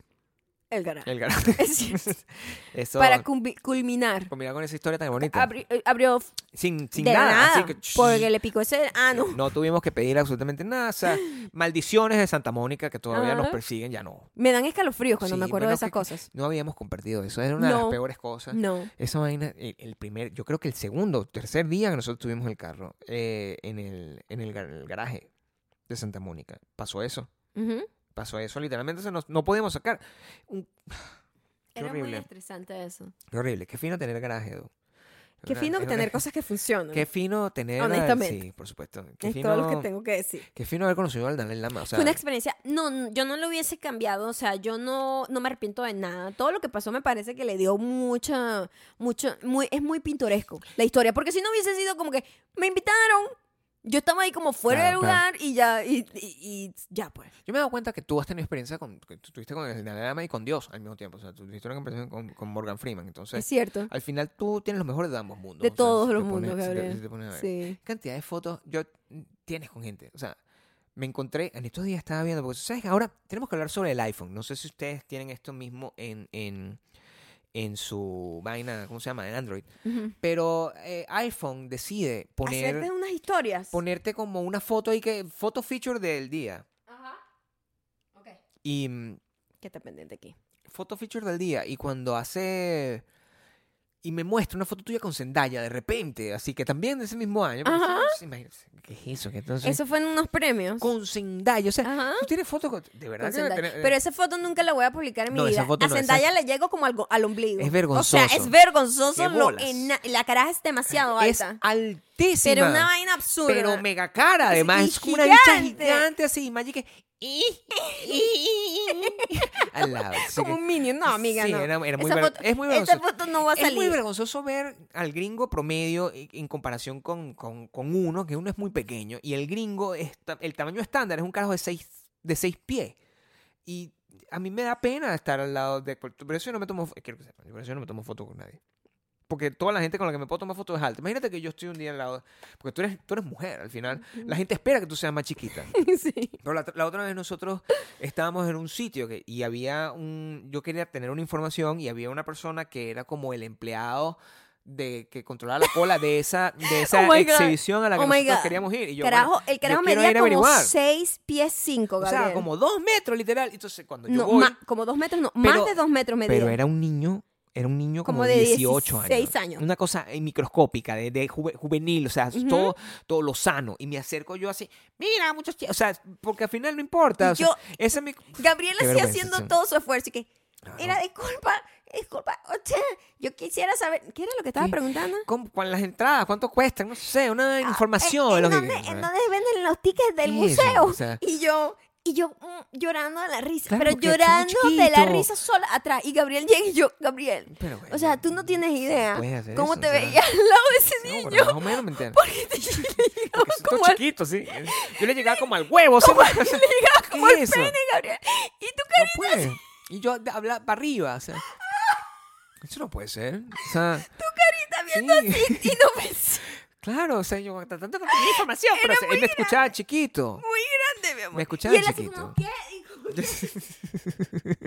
El garaje. el garaje. Es cierto. Eso, Para cumbi- culminar. combinado con esa historia tan bonita. abri- eh, abrió f- sin sin de la nada. nada. así que- porque le picó ese Ah, ano. No tuvimos que pedir absolutamente nada. O sea, maldiciones de Santa Mónica que todavía nos Ajá. persiguen, ya no. Me dan escalofríos cuando Sí, me acuerdo bueno, de esas que- cosas. No habíamos compartido eso. Era una de las No. peores cosas. No. Esa vaina, el, el primer, yo creo que el segundo, tercer día que nosotros tuvimos el carro eh, en, el, en el, gar- el garaje de Santa Mónica, pasó eso. Ujú. Pasó eso, literalmente se nos- no podíamos sacar. Un- Qué Era horrible. muy estresante eso. Qué horrible. Qué fino tener garaje, Edu. Qué Una- fino es una- tener cosas que funcionan. Qué fino tener. Honestamente. Sí, por supuesto. Qué es fino, todo lo que tengo que decir. qué fino haber conocido al Dalai Lama. O sea, Fue una experiencia, no, no, yo no lo hubiese cambiado, o sea, yo no, no me arrepiento de nada. Todo lo que pasó me parece que le dio mucha, mucho, muy, es muy pintoresco la historia, porque si no hubiese sido como que me invitaron, yo estaba ahí como fuera Claro, del lugar y ya, y, y- y ya pues. Yo me he dado cuenta que tú has tenido experiencia con. que tú tuviste con el Dalai Lama y con Dios al mismo tiempo. O sea, tú tuviste una conversación con, con Morgan Freeman. Es Entonces, cierto, al final tú tienes lo mejor de ambos mundos. de o sea, todos si te los pones- mundos, si te- Gabriel. si te pones a ver. sí. Cantidad de fotos yo mm, tienes con gente. O sea, me encontré. En estos días estaba viendo. Porque, ¿sabes? Ahora tenemos que hablar sobre el iPhone. No sé si ustedes tienen esto mismo en. en en su vaina, ¿cómo se llama? En Android. Ujú. Pero eh, iPhone decide poner, Hacerte unas historias. ponerte como una foto y que foto feature del día. Ajá. Ok. Y mm, Que está pendiente aquí. foto feature del día y cuando hace y me muestra una foto tuya con Zendaya de repente, así que también de ese mismo año. porque Ajá. sí, imagínense, ¿Qué es eso? ¿Qué entonces? Eso fue en unos premios. con Zendaya, o sea, Ajá. tú tienes fotos con- de verdad con que Zendaya. tener- eh, Pero esa foto nunca la voy a publicar en mi No, esa vida. foto a no, Zendaya le llego como al, go- al ombligo. Es vergonzoso. O sea, es vergonzoso. Qué lo bolas. ena- la cara es demasiado eh, es alta. altísima. pero una vaina absurda. pero mega cara, además. y Es como una bicha gigante. gigante así. Magic que. Al lado. así como que- un minion. No, amiga, sí, no. era- era muy Esa ver- foto, es muy esta vergonzoso. foto no va a Es muy salir. vergonzoso ver al gringo promedio e, en en comparación con, con- con uno, que uno es muy pequeño, y el gringo, está, el tamaño estándar es un carajo de seis, de seis pies. Y a mí me da pena estar al lado de... Por por eso yo no me tomo... eh, Quiero que sepan, por eso yo no me tomo foto con nadie. Porque toda la gente con la que me puedo tomar fotos es alta. Imagínate que yo estoy un día al lado... Porque tú eres, tú eres mujer, al final. La gente espera que tú seas más chiquita. sí. Pero la, la otra vez nosotros estábamos en un sitio que, y había un. Yo quería tener una información y había una persona que era como el empleado de que controlaba la cola de esa, de esa Oh my God. exhibición a la que Oh my nosotros God. queríamos ir. Y yo, carajo, bueno, el yo carajo quiero ir medía a como averiguar. 6 pies 5, O Gabriel. sea, como dos metros literal. Entonces, cuando yo No, voy. ma- como dos metros, no. Pero- más de dos metros medía. Pero era un niño, era un niño como, Como de de 18 16 años. años. Una cosa eh, microscópica, de, de juve- juvenil, o sea, Ujú. todo, todo lo sano. Y me acerco yo así, mira, muchos chi-", o sea, porque al final no importa. Y o sea, yo- ese mi- Gabriel Qué hacía vergüenza, haciendo sí. todo su esfuerzo y que Claro. era disculpa, disculpa, o sea, yo quisiera saber, ¿qué era lo que estaba ¿Qué? preguntando? ¿Cómo- cuán- las entradas? ¿Cuánto cuestan? No sé, una Ah, información. ¿En, lo en que- dónde, en dónde venden los tickets del ¿Qué es eso? museo? O sea- y yo, y yo mm, llorando de la risa, Claro, pero porque eres llorando muy de la chiquito. risa sola atrás. Y Gabriel llega y yo, Gabriel, Pero, o sea, tú no tienes idea puedes hacer cómo eso, te o sea, veía al lado de ese no, niño. pero más o menos me entiendes. Porque te yo le llegaba Porque soy todo como al, chiquito, sí. Yo le llegaba como al huevo. ¿sí? le llegaba como ¿Qué al es eso? Ah, pene, Gabriel. Y tú No puede. Y yo de- habla para arriba, o sea. Eso no puede ser. O sea, carita viendo Sí. así y no pensé. claro, o sea, yo tratando de conseguir información, pero se- él me escuchaba chiquito. Muy grande, mi amor. Me escuchaba y él así chiquito. como, ¿qué? Y como-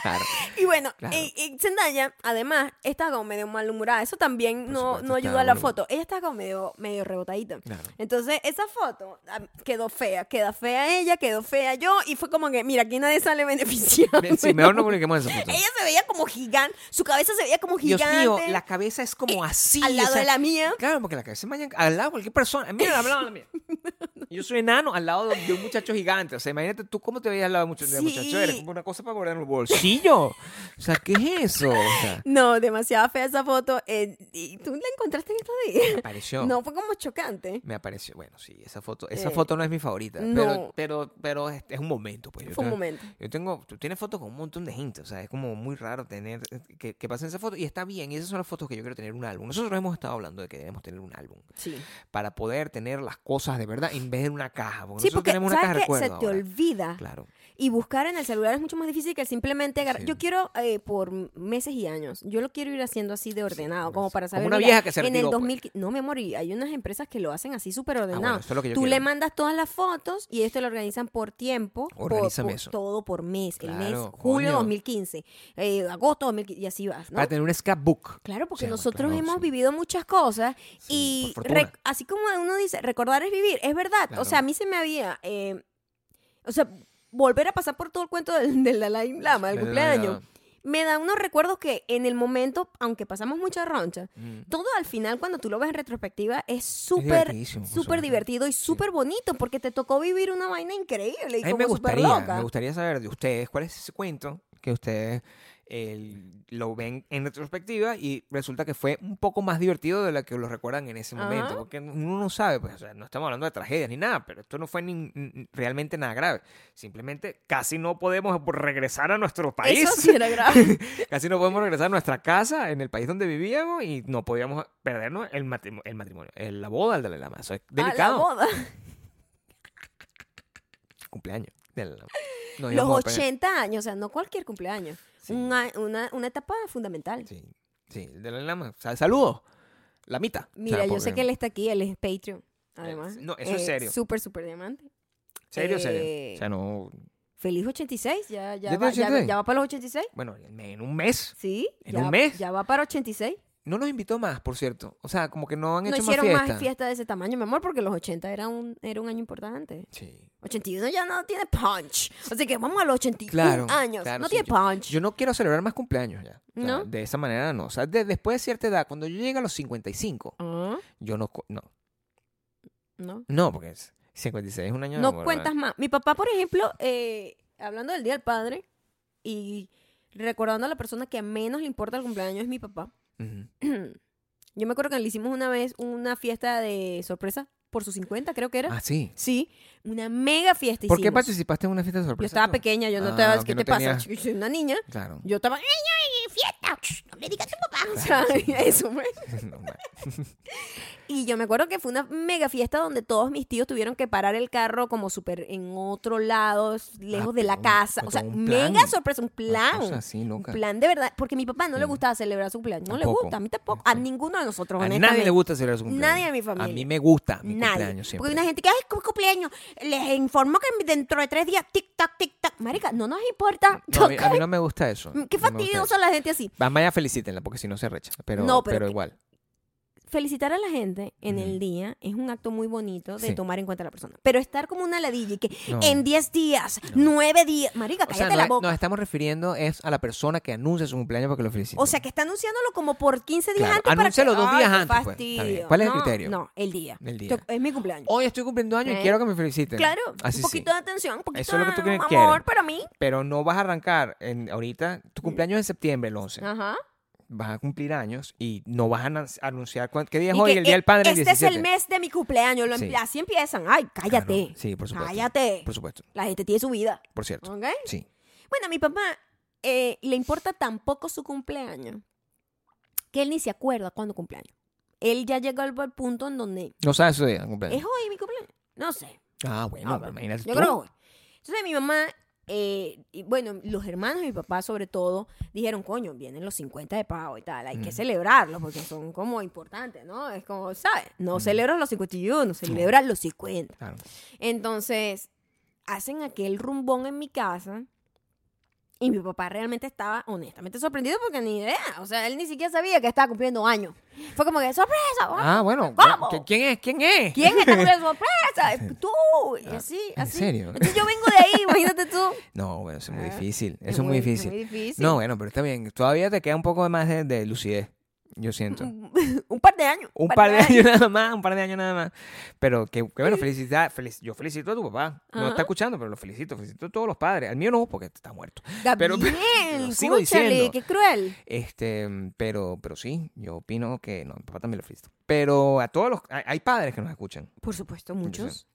Claro. Y Y bueno, Claro. y, y Zendaya, además, está como medio malhumorada. Eso también Por no, supuesto, no está ayuda a la malhumorada. foto. Ella está como medio, medio rebotadita. Claro. Entonces, esa foto ah, quedó fea. Queda fea ella, quedó fea yo. Y fue como que, mira, aquí nadie sale beneficiado. Sí, mejor no publiquemos esa foto. Ella se veía como gigante. Su cabeza se veía como Dios gigante. eh, mío, la cabeza es como así. al lado o sea, de la mía. Claro, porque la cabeza de Mayan, al lado de cualquier persona. Mira, al lado de la mía. Yo soy enano al lado de, de un muchacho gigante. O sea, imagínate tú cómo te veías al lado de muchacho, de Sí. muchacho. Eres como una cosa para guardar en el bolsillo. O sea, ¿qué es eso? O sea, No, demasiado fea esa foto. eh, ¿Y tú la encontraste en estos días? apareció. No, fue como chocante. Me apareció. Bueno, sí, esa foto. Esa Eh, foto no es mi favorita. no. Pero, pero, pero es, es un momento, pues. Yo Fue un tengo- momento. Yo tengo, tú tienes fotos con un montón de gente, o sea, es como muy raro tener eh, que, que pasen esas fotos y está bien, y esas son las fotos que yo quiero tener un álbum. Nosotros hemos estado hablando de que debemos tener un álbum Sí. para poder tener las cosas de verdad en vez de una caja, porque Sí, nosotros porque tenemos una caja de sabes que se recuerdos te ahora. olvida. Claro. Y buscar en el celular es mucho más difícil que simplemente agarrar. Sí. Yo quiero eh, por meses y años. Yo lo quiero ir haciendo así de ordenado, como para Como saber. una mira, vieja que se En retiró, el pues. Ah, 2000. No, mi amor, y hay unas empresas que lo hacen así súper ordenado. bueno, eso es lo que yo Tú le quiero. mandas todas las fotos y esto lo organizan por tiempo. por- Organízame por eso. Todo por mes. el mes, Claro, julio coño. 2015, eh, agosto 2015, y así vas. ¿no? Para tener un scrapbook. Claro, porque Se llama, nosotros claro, hemos sí. vivido muchas cosas Sí, y por fortuna. rec- así como uno dice, recordar es vivir, es verdad. Claro. O sea, a mí se me había, eh, o sea, volver a pasar por todo el cuento del, del Dalai Lama, del Del cumpleaños, Dalai me da unos recuerdos que en el momento, aunque pasamos mucha roncha, Mm. todo al final cuando tú lo ves en retrospectiva es súper, divertidísimo, por súper supuesto. divertido y súper bonito porque te tocó vivir una vaina increíble y A mí como me súper gustaría, loca. me gustaría saber de ustedes cuál es ese cuento que ustedes eh, lo ven en retrospectiva y resulta que fue un poco más divertido de lo que lo recuerdan en ese momento, Ajá. porque uno no sabe, pues, o sea, no estamos hablando de tragedias ni nada, pero esto no fue ni- ni- realmente nada grave. Simplemente casi no podemos regresar a nuestro país. Eso sí era grave. Casi no podemos regresar a nuestra casa en el país donde vivíamos y no podíamos perdernos el, matrimo- el matrimonio, el- la boda del Dalai Lama. Eso es A Ah, la delicado. boda. Cumpleaños del Dalai Lama. No Los íbamos a perder. 80 años, o sea, no cualquier cumpleaños. Sí. Una, una- una etapa fundamental. Sí, sí, el Dalai Lama. Sa- saludos. La mitad. Mira, yo sé que él está aquí, él es Patreon, además. Eh, Eh, no, eso es serio. Súper, súper diamante. Serio, serio. eh, O sea, no. Feliz 86, ya, ya, ¿Ya va, ya- tiene 86? ya va para los 86. Bueno, en en un mes. Sí, ¿En ya, un mes? ya va para 86. No nos invitó más, por cierto. O sea, como que no han No hecho hicieron más fiesta. más fiesta de ese tamaño, mi amor, porque los 80 era un, era un año importante. Sí. 81 ya no tiene punch. Así que vamos a los 81 Claro, años. claro, no sí, tiene punch. Yo no quiero celebrar más cumpleaños ya. O sea, ¿No? De esa manera no. O sea, de- después de cierta edad, cuando yo llegue a los 55, Ah, yo no. cu- No, no. no porque es 56 es un año de No amor, cuentas más. Mi papá, por ejemplo, eh, hablando del Día del Padre y recordando a la persona que menos le importa el cumpleaños es mi papá. ¿verdad? Ujú. Yo me acuerdo que le hicimos una vez una fiesta de sorpresa por sus 50, creo que era. Ah, sí. Sí, una mega fiesta ¿Por qué hicimos. participaste en una fiesta de sorpresa? Yo estaba tú? pequeña, yo no Ah, estaba, que ¿qué te no pasa? tenías- Yo soy una niña. Claro. Yo estaba, ¡ay, ay, fiesta! ¡Shh! No le digas a tu papá. O sea, eso fue. Normal. Y yo me acuerdo que fue una mega fiesta donde todos mis tíos tuvieron que parar el carro como súper en otro lado, lejos de la Ah, pero un- casa. pero O sea, un plan. mega sorpresa, un Una plan. cosa así, Un loca. plan de verdad, porque a mi papá no le Sí. gustaba celebrar su cumpleaños. No le Tampoco. gusta, a mí tampoco, a ninguno de nosotros, A honestamente. nadie le gusta celebrar su cumpleaños. Nadie de mi A familia. mí me gusta mi Nadie. cumpleaños Porque siempre. hay una gente que, ay, cum- cumpleaños. Les informo que dentro de tres días, tic tac, tic tac. Marica, no nos importa. No, a, mí, a mí no me gusta eso. Mm, Qué fastidiosa la gente así. Vamos allá, felicítenla porque si no se recha. Pero, No, pero, pero- igual. Felicitar a la gente en Ujú. el día es un acto muy bonito de Sí. tomar en cuenta a la persona. Pero estar como una ladilla y que No. en 10 días, 9 días. Marica, O cállate sea, no la es- boca. nos estamos refiriendo es a la persona que anuncia su cumpleaños para que lo felicite. o sea, que está anunciándolo como por 15 días Claro, antes. para anúncialo que- dos días Ay, qué antes, pues. Está bien. fastidio. ¿Cuál es el No, criterio? No, el día. El día. Yo- es mi cumpleaños. hoy estoy cumpliendo años y Eh. quiero que me feliciten. claro, Así un sí. poquito de atención, un poquito Eso es lo que tú de amor quieres. para mí. Pero no vas a arrancar en, ahorita. Tu Mm. cumpleaños es en septiembre, el 11. Ajá. Vas a cumplir años y no vas a anun- anunciar cuán- qué día es Y hoy, que, el día eh, del padre, el Este 17. es el mes de mi cumpleaños. lo em- Sí. Así empiezan. Ay, Claro. cállate. Sí, por supuesto. Cállate. Por supuesto, La gente tiene su vida. por cierto. ¿Ok? Sí. Bueno, a mi papá eh, le importa tan poco su cumpleaños que él ni se acuerda cuándo cumpleaños. Él ya llegó al al punto en donde No sabes su día, cumpleaños. es hoy mi cumpleaños. No sé. Ah, bueno, Ah, pero bueno. imagínate Yo tú. creo que hoy. Entonces mi mamá, eh, y bueno, los hermanos de mi papá sobre todo, dijeron, coño, vienen los 50 de pavo y tal, hay que Mm. celebrarlos porque son como importantes, ¿no? Es como, ¿sabes? Mm. No celebras los 51, celebras los 50. Claro. Entonces, hacen aquel rumbón en mi casa Y mi papá realmente estaba honestamente sorprendido porque ni idea. O sea, él ni siquiera sabía que estaba cumpliendo años. Fue como que, ¡sorpresa! ¡guau! Ah, bueno. ¿Cómo? ¿qui- ¿Quién es? ¿Quién es? ¿Quién está cumpliendo sorpresa? Tú. Y así, Ah, ¿en así. serio? Entonces yo vengo de ahí, imagínate tú. No, bueno, eso es muy Ah, difícil. Eso es muy difícil. muy difícil. No, bueno, pero está bien. Todavía te queda un poco más de, de lucidez, yo siento. un par de años. Un par de años nada más, un par de años nada más. Pero que, que bueno, felicidad. felic- yo felicito a tu papá. No Ajá. está escuchando, pero lo felicito. Felicito a todos los padres. Al mío no, porque está muerto. Pero- pues, Gabriel, lo sigo escúchale, diciendo. qué cruel. Este, pero, pero sí, yo opino que no, mi papá también lo felicito. Pero a todos los, hay, hay padres que nos escuchan. Por supuesto, muchos.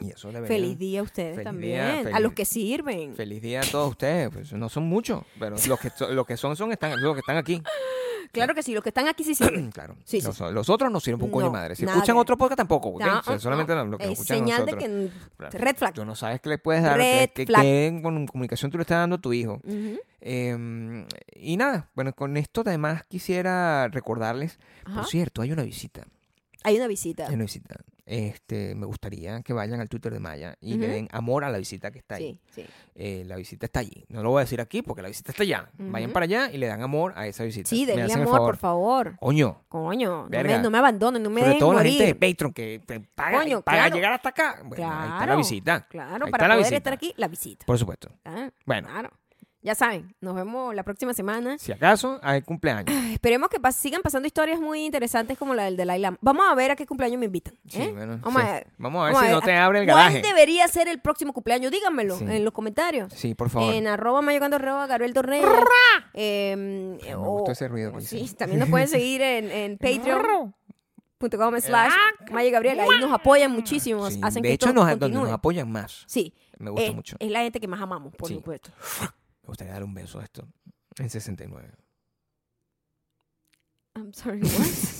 Y eso debería. Feliz día a ustedes Feliz también. día, A feliz- los que sirven. Feliz día a todos ustedes. Pues no son muchos, pero los que, so- los que son, son están, los que están aquí. Claro que sí, los que están aquí sí sirven. Claro. Sí, sí, los, los otros no sirven para un coño No, madre. Si nada que escuchan ver. otro podcast tampoco, ¿ok? No, O sea, no, solamente lo- lo que es escuchan señal nosotros. de que. Claro. Red flag. Tú no sabes qué le puedes dar, Red qué, qué- flag. qué con- comunicación tú le estás dando a tu hijo. Ujú. Eh, y nada, bueno, con esto además quisiera recordarles, Ajá. por cierto, hay una visita. Hay una visita. Hay una visita. Este, me gustaría que vayan al Twitter de Maya y le Ujú. den amor a la visita que está Sí, ahí. sí. Eh, la visita está allí. No lo voy a decir aquí porque la visita está allá. Vayan Ujú. para allá y le dan amor a esa visita. Sí, Me denle hacen el amor, por favor. Coño, Coño, no Verga. me, no me abandonen, no me sobre dejen todo la morir. gente de Patreon que te paga Coño, para claro. llegar hasta acá. Bueno, ahí está la Claro, visita. Claro, Ahí está para la poder visita. estar aquí, la visita. Por supuesto. Ah, Bueno, Claro. Ya saben, nos vemos la próxima semana. si acaso hay cumpleaños. Esperemos que pas- sigan pasando historias muy interesantes como la del Dalai Lama. Vamos a ver a qué cumpleaños me invitan. Sí, ¿eh? bueno, Vamos sí. a ver. Vamos a ver Vamos si a no ver, te abre el ¿Cuál garaje. debería ser el próximo cumpleaños? Díganmelo Sí. en los comentarios. Sí, por favor. En arroba mayocando arroba Gabriel Torrero. Eh, Me o- gustó ese ruido que Sí, hice. también nos pueden seguir en, en patreon.com slash Maya Gabriel. Ahí nos apoyan muchísimo. Sí, Hacen de que hecho, esto nos, donde continúe. nos apoyan más. Sí, Me gusta es, mucho. es la gente que más amamos, por Sí. supuesto. Me gustaría dar un beso a esto. En 69. I'm sorry, what?